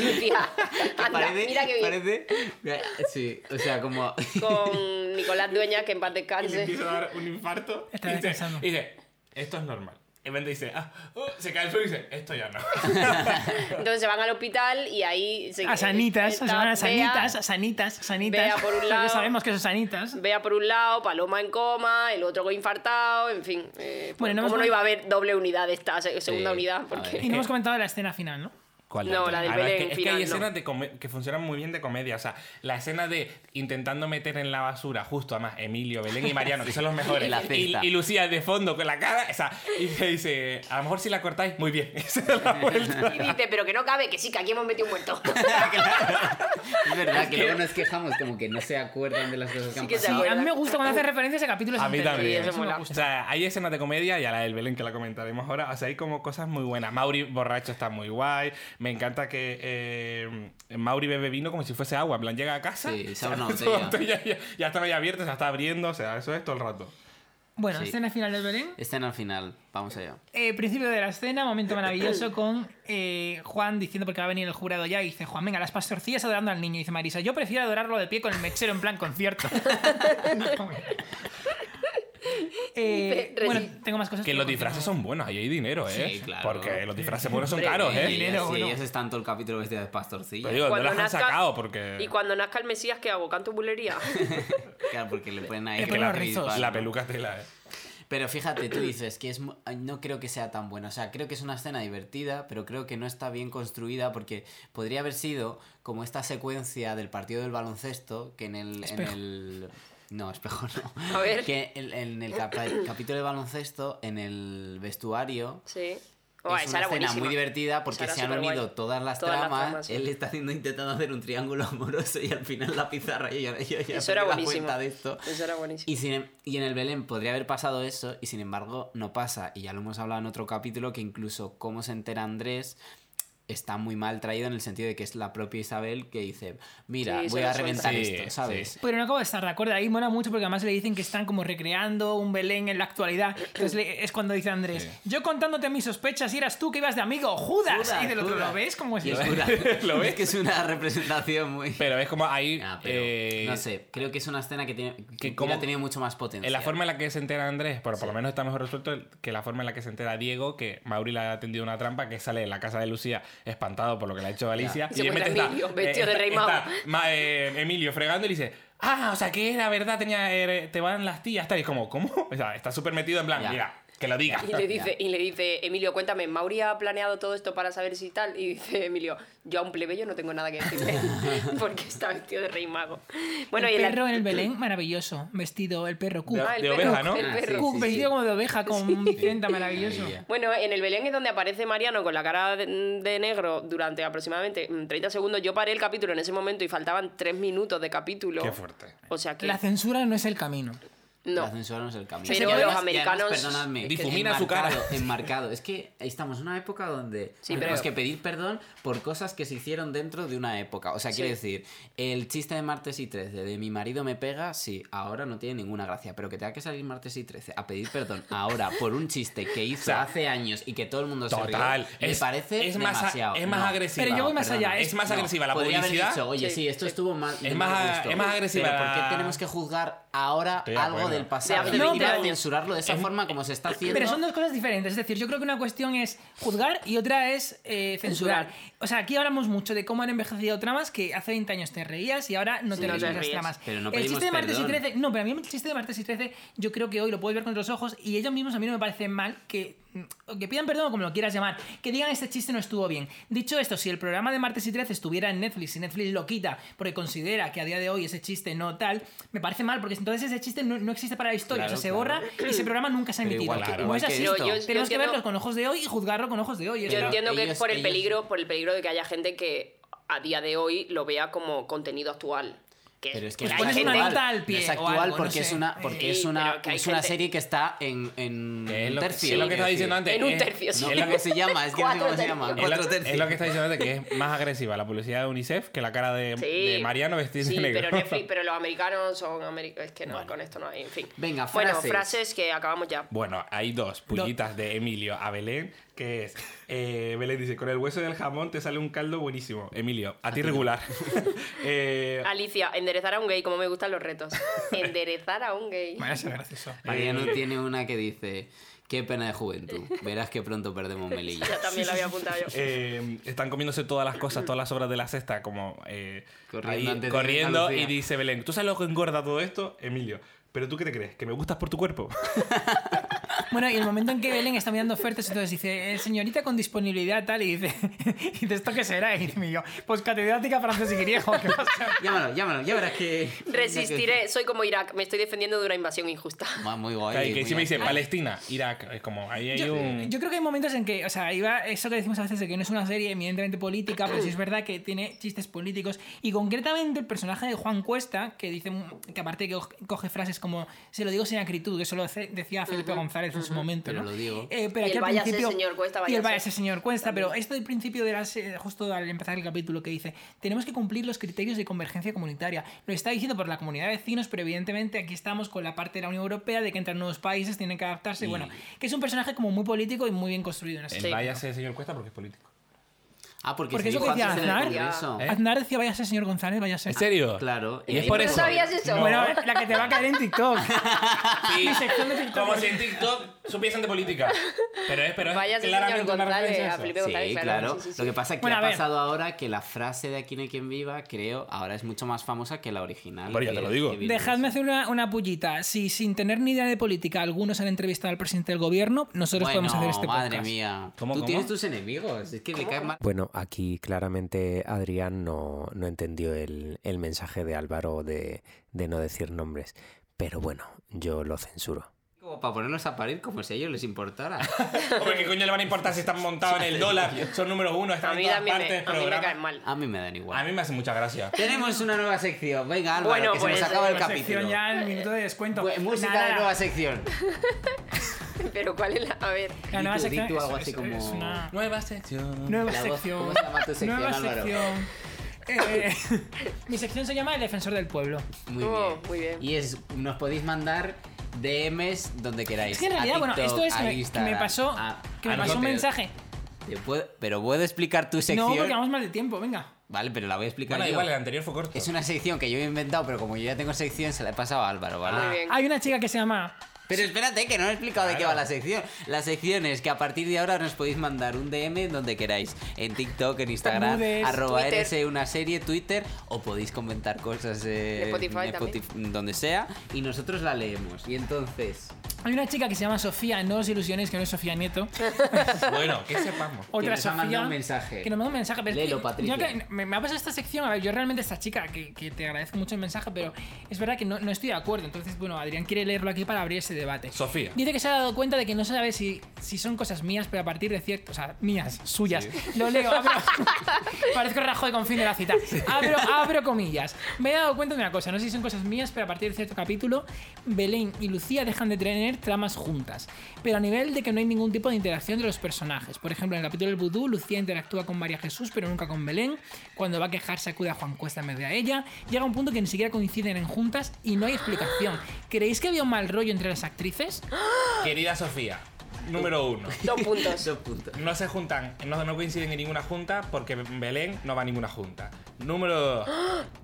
Speaker 4: Lucía. Anda,
Speaker 1: parece,
Speaker 4: mira que bien.
Speaker 1: parece- Sí, o sea, como.
Speaker 4: Con Nicolás Dueña, que en paz
Speaker 5: Y le
Speaker 4: descanse.
Speaker 5: empiezo a dar un infarto.
Speaker 2: Está
Speaker 5: y, dice,
Speaker 2: descansando.
Speaker 5: y dice, esto es normal. Y Vente dice, ah, uh, se cae el suelo y dice, esto ya no.
Speaker 4: Entonces se van al hospital y ahí se.
Speaker 2: A Sanitas, se
Speaker 4: está
Speaker 2: van a
Speaker 4: Bea-
Speaker 2: Sanitas, a Sanitas, a Sanitas.
Speaker 4: Bea por un
Speaker 2: Ya
Speaker 4: lado.
Speaker 2: sabemos que son Sanitas.
Speaker 4: Vea por un lado, Paloma en coma, el otro infartado, en fin. eh,
Speaker 2: Bueno, no hemos
Speaker 4: ¿Cómo no
Speaker 2: comen-
Speaker 4: iba a haber doble unidad de esta se- segunda
Speaker 1: Sí,
Speaker 4: unidad?
Speaker 1: a
Speaker 2: Y
Speaker 4: Porque...
Speaker 1: ver.
Speaker 2: no hemos comentado la escena final, ¿no?
Speaker 5: ¿Cuál
Speaker 4: No, la del
Speaker 5: Ahora,
Speaker 4: Belén
Speaker 5: Ah, Es que, es que
Speaker 4: final,
Speaker 5: hay
Speaker 4: no.
Speaker 5: escenas de come- que funcionan muy bien de comedia. O sea, la escena de intentando meter en la basura, justo además, Emilio, Belén y Mariano, que son los mejores.
Speaker 1: La
Speaker 5: y,
Speaker 1: cesta.
Speaker 5: y Lucía de fondo con la cara. O sea, y se dice, a lo mejor si la cortáis, muy bien. Esa es la vuelta.
Speaker 4: Y dice, pero que no cabe, que sí, que aquí hemos metido un muerto.
Speaker 1: Es verdad que luego nos quejamos, como que no se acuerdan de las cosas que han
Speaker 4: que se
Speaker 1: pasado.
Speaker 4: acuerdan.
Speaker 2: A mí me gusta cuando hace referencias a capítulos
Speaker 5: A mí
Speaker 2: enteros.
Speaker 5: también.
Speaker 4: Sí, eso mola.
Speaker 5: O sea, hay escenas de comedia y a la del Belén que la comentaremos ahora. O sea, hay como cosas muy buenas. Mauri borracho está muy guay. Me encanta que eh, Mauri bebe vino como si fuese agua. En plan, llega a casa.
Speaker 1: Sí, se abre una
Speaker 5: saca su
Speaker 1: botella.
Speaker 5: Ya, ya- ya estaba ya abierta, se la está abriendo. O sea, eso es todo el rato.
Speaker 2: Bueno,
Speaker 1: Sí.
Speaker 2: escena final de Belén.
Speaker 1: Escena al final, vamos allá.
Speaker 2: Eh, principio de la escena, momento maravilloso con eh, Juan diciendo porque va a venir el jurado ya. Y dice Juan, venga, las pastorcillas adorando al niño. Y dice Marisa, yo prefiero adorarlo de pie con el mechero en plan concierto. Eh,
Speaker 4: Pero-
Speaker 2: bueno, tengo más cosas.
Speaker 5: Que los
Speaker 2: pero
Speaker 5: disfraces
Speaker 2: continúo.
Speaker 5: son buenos, ahí hay dinero, ¿eh?
Speaker 1: Sí, claro.
Speaker 5: Porque los disfraces buenos son
Speaker 4: Hombre,
Speaker 5: caros,
Speaker 1: Eh,
Speaker 5: ¿eh?
Speaker 1: y
Speaker 2: Dinero,
Speaker 1: así,
Speaker 2: bueno.
Speaker 1: ellos están todo el capítulo vestidos de pastorcilla.
Speaker 5: Pero digo, no
Speaker 4: Cuando
Speaker 5: las han
Speaker 4: nazca-
Speaker 5: sacado porque...
Speaker 4: Y cuando nazca el Mesías, ¿qué hago? ¿Canto bulería?
Speaker 1: Claro, porque le ponen ahí
Speaker 2: Le
Speaker 1: que
Speaker 2: ponen
Speaker 1: la
Speaker 2: los
Speaker 1: crispa,
Speaker 2: rizos.
Speaker 1: ¿no?
Speaker 5: La peluca es tela, ¿eh?
Speaker 1: Pero fíjate, tú dices que es mu- ay, no creo que sea tan buena. O sea, creo que es una escena divertida, pero creo que no está bien construida porque podría haber sido como esta secuencia del partido del baloncesto que en el... en
Speaker 2: Espejo.
Speaker 1: el- No, espejo no.
Speaker 4: A ver.
Speaker 1: Que en, en el capa- capítulo de baloncesto, en el vestuario,
Speaker 4: Sí. Buah,
Speaker 1: es
Speaker 4: Oh, esa
Speaker 1: una
Speaker 4: era
Speaker 1: escena
Speaker 4: buenísima.
Speaker 1: muy divertida
Speaker 4: Esa
Speaker 1: porque
Speaker 4: era
Speaker 1: se han unido
Speaker 4: superguay.
Speaker 1: todas las
Speaker 4: Todas las
Speaker 1: tramas.
Speaker 4: tramas, sí.
Speaker 1: Él está haciendo, intentando hacer un triángulo amoroso y al final la pizarra. Yo ya, yo ya
Speaker 4: Eso era
Speaker 1: me he dado
Speaker 4: buenísimo.
Speaker 1: cuenta de esto.
Speaker 4: Eso era buenísimo.
Speaker 1: Y, sin em- y en el Belén podría haber pasado eso y sin embargo no pasa. Y ya lo hemos hablado en otro capítulo que incluso cómo se entera Andrés está muy mal traído en el sentido de que es la propia Isabel que dice, mira,
Speaker 4: Sí, se
Speaker 1: voy
Speaker 4: lo
Speaker 1: a reventar
Speaker 5: suelta. Sí,
Speaker 1: esto, ¿sabes?
Speaker 5: sí.
Speaker 2: Pero no acabo de estar de acuerdo. Ahí mola mucho porque además le dicen que están como recreando un Belén en la actualidad. Entonces le- es cuando dice Andrés,
Speaker 5: Sí.
Speaker 2: yo contándote mis sospechas y eras tú que ibas de amigo, Judas.
Speaker 1: Judas,
Speaker 2: y del otro,
Speaker 1: Judas.
Speaker 2: ¿lo ves? Como es
Speaker 1: Y es
Speaker 2: el-
Speaker 1: una-
Speaker 5: ¿Lo ves?
Speaker 1: Es que es una representación muy...
Speaker 5: Pero es como ahí...
Speaker 1: Ah, pero,
Speaker 5: eh,
Speaker 1: no sé, creo que es una escena que, tiene, que,
Speaker 5: que
Speaker 1: como,
Speaker 5: como-
Speaker 1: ha tenido mucho más potencia.
Speaker 5: En la forma en la que se entera Andrés, pero por lo menos está mejor resuelto que la forma en la que se entera Diego, que Mauri le ha tendido una trampa, que sale de la casa de Lucía espantado por lo que le ha hecho Alicia.
Speaker 4: Y se
Speaker 5: obviamente
Speaker 4: encuentra Emilio, vestido de
Speaker 5: está- eh,
Speaker 4: rey
Speaker 5: está
Speaker 4: mago.
Speaker 5: ma- eh, Emilio fregando y le dice, ah, o sea que era verdad, tenía, eh, te van las tías, tal. Y es como, ¿cómo? O sea, está súper metido en plan,
Speaker 1: Ya.
Speaker 5: mira, que lo diga.
Speaker 4: Y le, dice, y le dice, Emilio, cuéntame, ¿Mauri ha planeado todo esto para saber si tal? Y dice Emilio, yo a un plebeyo no tengo nada que decirle, porque está vestido de rey mago. Bueno, y
Speaker 2: el
Speaker 4: en la-
Speaker 2: perro en el Belén, maravilloso. Vestido, el perro Q.
Speaker 5: De-
Speaker 4: Ah, el
Speaker 5: de
Speaker 4: perro,
Speaker 5: oveja, ¿no?
Speaker 4: el
Speaker 1: Ah,
Speaker 4: perro.
Speaker 1: sí, sí.
Speaker 2: vestido como de oveja con centa, maravilloso.
Speaker 1: Maravilla.
Speaker 4: Bueno, en el Belén es donde aparece Mariano con la cara de, de negro durante aproximadamente mm, 30 segundos. Yo paré el capítulo en ese momento y faltaban 3 minutos de capítulo.
Speaker 5: Qué fuerte.
Speaker 4: O sea que...
Speaker 2: La censura no es el camino.
Speaker 1: La
Speaker 4: No.
Speaker 1: censura no es el cambio.
Speaker 4: Pero
Speaker 1: Es que
Speaker 4: los
Speaker 1: además-
Speaker 4: americanos-
Speaker 1: y además, perdonadme,
Speaker 5: Es que difumina su
Speaker 1: enmarcado,
Speaker 5: cara.
Speaker 1: Enmarcado. Es que estamos en una época donde
Speaker 4: Sí,
Speaker 1: tenemos
Speaker 4: pero-
Speaker 1: que pedir perdón por cosas que se hicieron dentro de una época. O sea, quiero decir, el chiste de martes y 13 de mi marido me pega, sí, ahora no tiene ninguna gracia. Pero que tenga que salir martes y 13 a pedir perdón ahora por un chiste que hizo
Speaker 5: sea,
Speaker 1: hace años y que todo el mundo
Speaker 5: Total.
Speaker 1: se rió, me parece
Speaker 5: es más,
Speaker 1: demasiado.
Speaker 5: es más
Speaker 1: No.
Speaker 5: agresiva.
Speaker 2: Pero yo voy más
Speaker 1: perdona,
Speaker 2: allá,
Speaker 5: Es más
Speaker 1: No,
Speaker 5: agresiva la
Speaker 1: podría haber
Speaker 5: publicidad.
Speaker 1: dicho, oye, sí,
Speaker 4: Sí,
Speaker 1: esto
Speaker 4: sí.
Speaker 1: estuvo mal. de
Speaker 5: Es
Speaker 1: mal
Speaker 5: más-
Speaker 1: gusto".
Speaker 5: es más agresiva
Speaker 1: Pero ¿por
Speaker 5: la-
Speaker 1: qué tenemos que juzgar ahora
Speaker 5: Estoy de
Speaker 1: algo
Speaker 5: acuerdo.
Speaker 1: del pasado?
Speaker 4: De
Speaker 1: Y
Speaker 2: acuerdo.
Speaker 1: ir a
Speaker 2: No, pero-
Speaker 1: censurarlo de esa forma como se
Speaker 5: eh,
Speaker 1: está haciendo.
Speaker 2: Pero son dos cosas diferentes. Es decir, yo creo que una cuestión es juzgar y otra es eh, censurar. O sea, aquí hablamos mucho de cómo han envejecido tramas que hace 20 años te reías y ahora no te
Speaker 4: no
Speaker 2: ríes
Speaker 4: te
Speaker 2: de esas
Speaker 4: ríes.
Speaker 2: tramas.
Speaker 1: Pero no
Speaker 2: el
Speaker 1: pedimos
Speaker 2: chiste de martes y
Speaker 1: perdón.
Speaker 2: 13. No, pero a mí el chiste de martes y 13, yo creo que hoy lo puedes ver con los ojos y ellos mismos a mí no me parece mal que. o Que pidan perdón o como lo quieras llamar, que digan este chiste no estuvo bien. Dicho esto, si el programa de martes y 13 estuviera en Netflix y Netflix lo quita porque considera que a día de hoy ese chiste no tal, me parece mal porque entonces ese chiste no, no existe para la historia,
Speaker 1: Claro,
Speaker 2: o sea, se
Speaker 1: claro.
Speaker 2: borra y ese programa nunca se ha
Speaker 1: Pero
Speaker 2: emitido.
Speaker 1: igual
Speaker 5: que-
Speaker 2: Como
Speaker 1: igual
Speaker 2: es
Speaker 1: que
Speaker 2: así,
Speaker 1: esto.
Speaker 4: Pero
Speaker 2: tenemos
Speaker 4: yo-
Speaker 2: que
Speaker 4: entiendo-
Speaker 2: verlo con ojos de hoy y juzgarlo con ojos de hoy.
Speaker 4: Yo
Speaker 2: Esto-
Speaker 4: entiendo que
Speaker 1: ellos-
Speaker 4: es por el
Speaker 1: ellos-
Speaker 4: peligro, por el peligro de que haya gente que a día de hoy lo vea como contenido actual. Que pues
Speaker 1: Pero es que
Speaker 5: pues
Speaker 4: que
Speaker 1: no
Speaker 4: hay
Speaker 2: pones
Speaker 1: es
Speaker 2: una
Speaker 1: actual,
Speaker 2: nota al
Speaker 1: no
Speaker 2: pie
Speaker 1: es
Speaker 2: o
Speaker 1: actual
Speaker 2: algo, no
Speaker 1: porque es
Speaker 2: sé.
Speaker 1: una, porque
Speaker 4: Sí,
Speaker 1: es una,
Speaker 4: pero que hay
Speaker 1: es una
Speaker 4: gente-
Speaker 1: serie que está en, en
Speaker 5: Que es
Speaker 1: un
Speaker 5: lo
Speaker 1: tercio.
Speaker 5: que, es lo que
Speaker 1: quiero
Speaker 5: estaba
Speaker 1: decir.
Speaker 5: diciendo antes.
Speaker 4: En un
Speaker 5: es-
Speaker 4: tercio, sí.
Speaker 1: Es lo que se llama, es que no sé cómo
Speaker 4: Cuatro
Speaker 1: se llama.
Speaker 5: Es
Speaker 1: Cuatro
Speaker 5: lo,
Speaker 1: tercios.
Speaker 5: es lo que está diciendo que es más agresiva la publicidad de UNICEF que la cara de,
Speaker 4: Sí.
Speaker 5: de Mariano vestido
Speaker 4: Sí,
Speaker 5: de negro.
Speaker 4: Pero, Netflix- pero los americanos son americanos. Es que no, con esto no hay. En fin.
Speaker 1: Venga, frases.
Speaker 4: Bueno, frases que acabamos ya.
Speaker 5: Bueno, hay dos pullitas de Emilio a Belén, que es, eh, Belén dice, con el hueso del jamón te sale un caldo buenísimo. Emilio, a ti regular. Eh,
Speaker 4: Alicia, enderezar a un gay, como me gustan los retos. Enderezar a un gay.
Speaker 2: Bueno, eso es
Speaker 5: eh,
Speaker 2: gracioso.
Speaker 1: Mariano tiene una que dice, qué pena de juventud, verás que pronto perdemos Melilla.
Speaker 4: Ya también la había apuntado yo.
Speaker 5: eh, están comiéndose todas las cosas, todas las obras de la cesta, como eh,
Speaker 1: Corriendo antes de
Speaker 5: corriendo
Speaker 1: Andalucía.
Speaker 5: y dice Belén, ¿tú sabes lo que engorda todo esto? Emilio, ¿pero tú qué te crees? ¿Que me gustas por tu cuerpo?
Speaker 2: Bueno, y el momento en que Belén está mirando ofertas, entonces dice, eh, señorita con disponibilidad tal, y dice, y dice, ¿esto qué será? Y dice, yo, pues catedrática francés y griego, ¿qué pasa?
Speaker 1: Llámalo, llámalo, ya verás que...
Speaker 4: Resistiré, soy como Irak, me estoy defendiendo de una invasión injusta.
Speaker 1: Va, Muy guay.
Speaker 5: Ay, que
Speaker 1: muy
Speaker 5: si me dice
Speaker 1: guay.
Speaker 5: Palestina, Irak, es como, ahí hay
Speaker 2: Yo,
Speaker 5: un...
Speaker 2: yo creo que hay momentos en que, o sea, iba, eso que decimos a veces de que no es una serie eminentemente política, pero sí es verdad que tiene chistes políticos. Y concretamente el personaje de Juan Cuesta, que dice que aparte que coge frases como se lo digo sin acritud, que eso lo hace- decía Felipe González en su momento.
Speaker 1: Pero
Speaker 2: ¿no?
Speaker 1: lo digo.
Speaker 2: Eh, pero
Speaker 4: Y
Speaker 2: aquí
Speaker 4: el
Speaker 2: al
Speaker 4: váyase,
Speaker 2: principio,
Speaker 4: señor Cuesta,
Speaker 2: Y el
Speaker 4: váyase.
Speaker 2: váyase, señor Cuesta, pero esto del principio de las, eh, justo al empezar el capítulo que dice, tenemos que cumplir los criterios de convergencia comunitaria. Lo está diciendo por la comunidad de vecinos, pero evidentemente aquí estamos con la parte de la Unión Europea de que entran nuevos países, tienen que adaptarse.
Speaker 1: Y-
Speaker 2: Bueno, que es un personaje como muy político y muy bien construido en ese
Speaker 5: El
Speaker 4: Sí.
Speaker 5: váyase, señor Cuesta, porque es político.
Speaker 1: Ah, porque, se
Speaker 2: Porque eso
Speaker 1: dijo
Speaker 2: que decía
Speaker 1: antes en el
Speaker 2: Aznar.
Speaker 1: Congreso.
Speaker 5: ¿Eh?
Speaker 2: Aznar decía, váyase, señor González, váyase.
Speaker 5: ¿En serio?
Speaker 1: Claro.
Speaker 5: Y es
Speaker 1: Eh,
Speaker 5: por
Speaker 4: ¿No
Speaker 5: eso.
Speaker 4: sabías eso?
Speaker 2: Bueno, la que te va a caer en TikTok.
Speaker 5: Sí.
Speaker 2: Mi sección de TikTok.
Speaker 5: Como si en TikTok supiesen de política. Pero es, pero es
Speaker 4: Váyase, señor
Speaker 5: claramente una
Speaker 4: González,
Speaker 5: referencia a
Speaker 4: a
Speaker 5: eso.
Speaker 4: Felipe
Speaker 1: Sí,
Speaker 4: González,
Speaker 1: claro.
Speaker 4: sí, sí, sí.
Speaker 1: Lo que pasa es que
Speaker 2: Bueno, a
Speaker 1: ha
Speaker 2: ver.
Speaker 1: pasado ahora que la frase de Aquí no hay quien viva, creo, ahora es mucho más famosa que la original.
Speaker 5: Pero ya
Speaker 1: que-
Speaker 5: te lo digo.
Speaker 1: que vino
Speaker 2: Dejadme
Speaker 1: eso.
Speaker 2: hacer una, una pullita. Si sin tener ni idea de política algunos han entrevistado al presidente del gobierno, nosotros
Speaker 1: Bueno,
Speaker 2: podemos hacer este podcast.
Speaker 1: madre mía.
Speaker 5: ¿Cómo,
Speaker 1: Tú
Speaker 5: cómo?
Speaker 1: tienes tus enemigos. Es que me caes mal.
Speaker 6: Bueno, aquí claramente Adrián no, no entendió el, el mensaje de Álvaro de, de no decir nombres. Pero bueno, yo lo censuro.
Speaker 1: Como para ponernos a parir como si a ellos les importara.
Speaker 5: Hombre, ¿qué coño le van a importar si están montados en el dólar? Son número uno,
Speaker 4: A
Speaker 5: están en
Speaker 4: mí
Speaker 5: todas
Speaker 4: también
Speaker 5: partes
Speaker 4: me,
Speaker 5: del
Speaker 4: a mí me caen
Speaker 5: programa.
Speaker 4: mal.
Speaker 1: A mí me dan igual.
Speaker 5: A mí me hace mucha gracia.
Speaker 1: Tenemos una nueva sección. Venga, Álvaro,
Speaker 4: Bueno,
Speaker 1: que
Speaker 4: pues,
Speaker 1: se nos acaba el
Speaker 2: La sección
Speaker 1: capítulo.
Speaker 2: ya, el minuto de descuento.
Speaker 1: Bu- Música
Speaker 2: Nada,
Speaker 1: de nueva sección.
Speaker 4: Pero ¿cuál es la...? A ver.
Speaker 2: La
Speaker 1: Di
Speaker 2: nueva
Speaker 1: tú, di
Speaker 2: sección
Speaker 1: tú
Speaker 2: es-
Speaker 1: algo
Speaker 2: es-
Speaker 1: así como-
Speaker 2: es una
Speaker 5: Nueva sección.
Speaker 2: nueva
Speaker 1: La voz-
Speaker 2: sección.
Speaker 1: ¿cómo se llama tu sección,
Speaker 2: nueva
Speaker 1: Álvaro?
Speaker 2: sección. Eh, mi sección se llama El Defensor del Pueblo.
Speaker 1: Muy
Speaker 4: Oh,
Speaker 1: bien.
Speaker 4: muy bien.
Speaker 1: Y es, nos podéis mandar DMs donde queráis.
Speaker 2: Es que en
Speaker 1: A
Speaker 2: realidad, bueno,
Speaker 1: TikTok,
Speaker 2: esto es
Speaker 1: a
Speaker 2: que me- que me,
Speaker 1: Instagram, Ah,
Speaker 2: pasó,
Speaker 1: a-
Speaker 2: que me
Speaker 1: a
Speaker 2: pasó
Speaker 1: nosotros.
Speaker 2: un mensaje.
Speaker 1: Te puedo- pero puedo explicar tu sección.
Speaker 2: No, porque vamos mal de tiempo, venga.
Speaker 1: Vale, pero la voy a explicar
Speaker 5: Bueno,
Speaker 1: yo.
Speaker 5: igual el anterior fue corto.
Speaker 1: Es una sección que yo he inventado, pero como yo ya tengo sección, se la he pasado a Álvaro, ¿vale?
Speaker 5: Ah.
Speaker 4: Muy bien.
Speaker 2: Hay una chica que se llama
Speaker 1: Pero espérate, que no he explicado de qué va
Speaker 5: Claro.
Speaker 1: la sección. La sección es que a partir de ahora nos podéis mandar un DM donde queráis. En TikTok, en Instagram,
Speaker 2: Nudes,
Speaker 1: arroba
Speaker 4: Twitter.
Speaker 1: RS una serie, Twitter, o podéis comentar cosas eh,
Speaker 4: En Spotify también.
Speaker 1: Spotif- donde sea, y nosotros la leemos. Y entonces,
Speaker 2: Hay una chica que se llama Sofía, no os ilusionéis que no es Sofía Nieto.
Speaker 5: Bueno, que sepamos.
Speaker 2: Otra
Speaker 1: nos ha
Speaker 2: Sofía.
Speaker 1: mandado un mensaje.
Speaker 2: Que nos mandó un mensaje. Pero es
Speaker 1: Léelo,
Speaker 2: que
Speaker 1: Patricia.
Speaker 2: yo que- me, me ha pasado esta sección. A ver, yo realmente, esta chica, que, que te agradezco mucho el mensaje, pero es verdad que no, no estoy de acuerdo. Entonces, bueno, Adrián quiere leerlo aquí para abrir ese debate.
Speaker 5: Sofía.
Speaker 2: Dice que se ha dado cuenta de que no sabe si, si son cosas mías, pero a partir de cierto. O sea, mías, suyas. Lo leo, abro. Parezco Rajoy con fin de la cita. Abro, abro comillas. Me he dado cuenta de una cosa. No sé si son cosas mías, pero a partir de cierto capítulo, Belén y Lucía dejan de tener tramas juntas. Pero a nivel de que no hay ningún tipo de interacción de los personajes. Por ejemplo, en el capítulo del vudú, Lucía interactúa con María Jesús, pero nunca con Belén. Cuando va a quejarse, acude a Juan Cuesta en vez de a ella. Llega un punto que ni siquiera coinciden en juntas y no hay explicación. ¿Creéis que había un mal rollo entre las actrices?
Speaker 5: Querida Sofía, número uno.
Speaker 4: Dos puntos.
Speaker 1: dos puntos.
Speaker 5: No se juntan, no, no coinciden en ninguna junta porque Belén no va a ninguna junta. Número dos.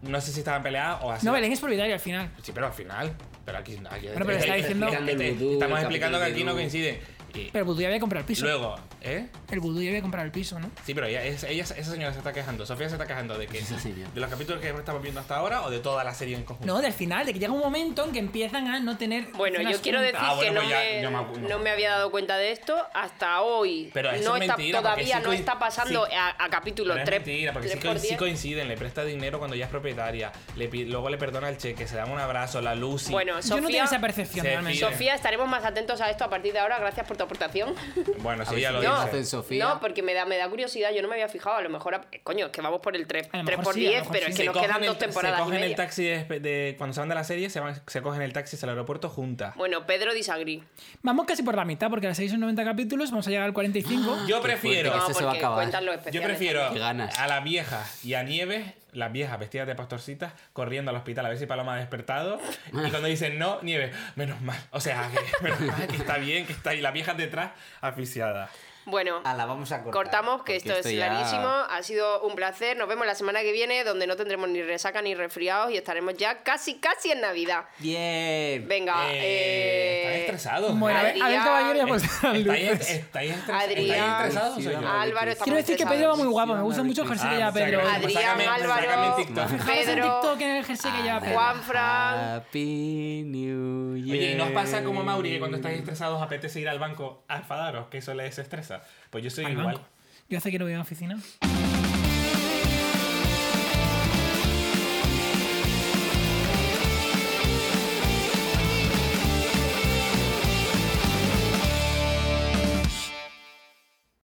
Speaker 5: No sé si estaban peleadas o así.
Speaker 2: No, Belén es propietaria al final.
Speaker 5: Sí, pero al final. Pero aquí. aquí
Speaker 2: Bueno, pero está diciendo-
Speaker 1: Explicando el
Speaker 5: te-
Speaker 1: vudú,
Speaker 5: estamos
Speaker 1: el
Speaker 5: explicando que
Speaker 1: capítulo
Speaker 5: aquí no
Speaker 1: vudú.
Speaker 5: coinciden. Y
Speaker 2: Pero el vudú ya había comprado el piso.
Speaker 5: luego, ¿eh?
Speaker 2: El vudú ya había comprado el piso, ¿no?
Speaker 5: Sí, pero ella, es- ella- esa señora se está quejando. Sofía se está quejando de que.
Speaker 1: Esa señora.
Speaker 5: De los capítulos que estamos viendo hasta ahora o de toda la serie en conjunto.
Speaker 2: No, del final, de que llega un momento en que empiezan a no tener.
Speaker 4: Bueno,
Speaker 2: escenas
Speaker 4: yo quiero decir
Speaker 2: juntas.
Speaker 5: Ah, bueno,
Speaker 4: que no,
Speaker 5: pues ya-
Speaker 4: me,
Speaker 5: ya me acu-
Speaker 4: no me había dado cuenta de esto hasta hoy.
Speaker 5: Pero eso
Speaker 4: no
Speaker 5: es
Speaker 4: está,
Speaker 5: mentira, porque
Speaker 4: todavía
Speaker 5: sí
Speaker 4: no
Speaker 5: coin-
Speaker 4: está pasando
Speaker 5: sí.
Speaker 4: a, a capítulo
Speaker 5: Pero es
Speaker 4: 3.
Speaker 5: mentira, porque sí, coin- sí coinciden, le presta dinero cuando ya es propietaria, le pi- luego le perdona el cheque, se dan un abrazo, la Lucy.
Speaker 4: Bueno,
Speaker 2: Yo no tengo
Speaker 4: Sofía,
Speaker 2: esa percepción
Speaker 5: Se
Speaker 2: realmente.
Speaker 5: pide.
Speaker 4: Sofía, estaremos más atentos a esto a partir de ahora. Gracias por tu aportación.
Speaker 5: bueno,
Speaker 1: A
Speaker 5: sí,
Speaker 1: ver
Speaker 5: ya
Speaker 1: si
Speaker 5: lo
Speaker 1: no.
Speaker 5: dice.
Speaker 1: Hacen Sofía.
Speaker 4: No, porque me da, me da curiosidad. Yo no me había fijado. A lo mejor, a- coño, es que vamos por el 3,
Speaker 2: A lo
Speaker 4: 3
Speaker 2: mejor
Speaker 4: por
Speaker 2: sí, a lo
Speaker 4: 10,
Speaker 2: mejor
Speaker 4: pero
Speaker 2: sí.
Speaker 4: es
Speaker 5: Se
Speaker 4: que nos
Speaker 5: cogen
Speaker 4: quedan
Speaker 5: el-
Speaker 4: dos temporadas
Speaker 5: Se
Speaker 4: y
Speaker 5: cogen el
Speaker 4: media.
Speaker 5: taxi de, de- cuando se van de la serie, se, van- se cogen el taxi hacia el aeropuerto juntas.
Speaker 4: Bueno, Pedro disagrí.
Speaker 2: Vamos casi por la mitad, porque a las 6 son 90 capítulos, vamos a llegar al 45.
Speaker 5: Yo prefiero,
Speaker 1: fuerte,
Speaker 4: No,
Speaker 1: Eso se va a
Speaker 4: porque
Speaker 1: acabar.
Speaker 4: cuentan los
Speaker 5: yo
Speaker 4: especiales.
Speaker 5: prefiero
Speaker 1: Qué ganas.
Speaker 5: a las viejas y a Nieves, las viejas vestidas de pastorcitas, corriendo al hospital a ver si Paloma ha despertado. Y cuando dicen no, Nieves, menos mal. O sea, que, menos mal, que está bien, que está ahí. Las viejas detrás, asfixiadas.
Speaker 4: Bueno,
Speaker 1: Ah, la vamos a cortar.
Speaker 4: cortamos, que
Speaker 1: porque
Speaker 4: esto es
Speaker 1: ya-
Speaker 4: clarísimo. Ha sido un placer. Nos vemos la semana que viene, donde no tendremos ni resaca ni resfriados y estaremos ya casi, casi en Navidad.
Speaker 1: Bien.
Speaker 4: Venga,
Speaker 5: Eh, están
Speaker 4: eh,
Speaker 5: estresados.
Speaker 2: Bueno, a ver, a ver,
Speaker 4: Adrián.
Speaker 2: caballero, ya pues,
Speaker 5: ¿Estáis,
Speaker 2: luces.
Speaker 5: estáis, estres-
Speaker 4: Adrián.
Speaker 5: ¿Estáis estresados o soy yo?
Speaker 1: Ah,
Speaker 4: Álvaro está
Speaker 2: Quiero
Speaker 4: muy
Speaker 2: decir que
Speaker 4: estresado.
Speaker 2: Pedro va muy guapo, me gusta
Speaker 1: Adrián,
Speaker 2: mucho el jersey que lleva
Speaker 5: Ah, pues
Speaker 2: Pedro.
Speaker 5: sácame-
Speaker 4: Adrián,
Speaker 5: sácame- sácame en
Speaker 4: Álvaro,
Speaker 5: TikTok.
Speaker 2: Fijaos en
Speaker 4: Pedro. Ah,
Speaker 2: TikTok en el jersey que lleva Pedro.
Speaker 4: Juan Fran.
Speaker 1: Happy New Year.
Speaker 5: Oye, ¿y nos pasa como a Mauri que cuando estáis estresados apetece ir al banco a enfadaros, que eso les estresa? Pues yo soy
Speaker 2: Al
Speaker 5: igual.
Speaker 2: banco. Yo hace que no voy a la oficina.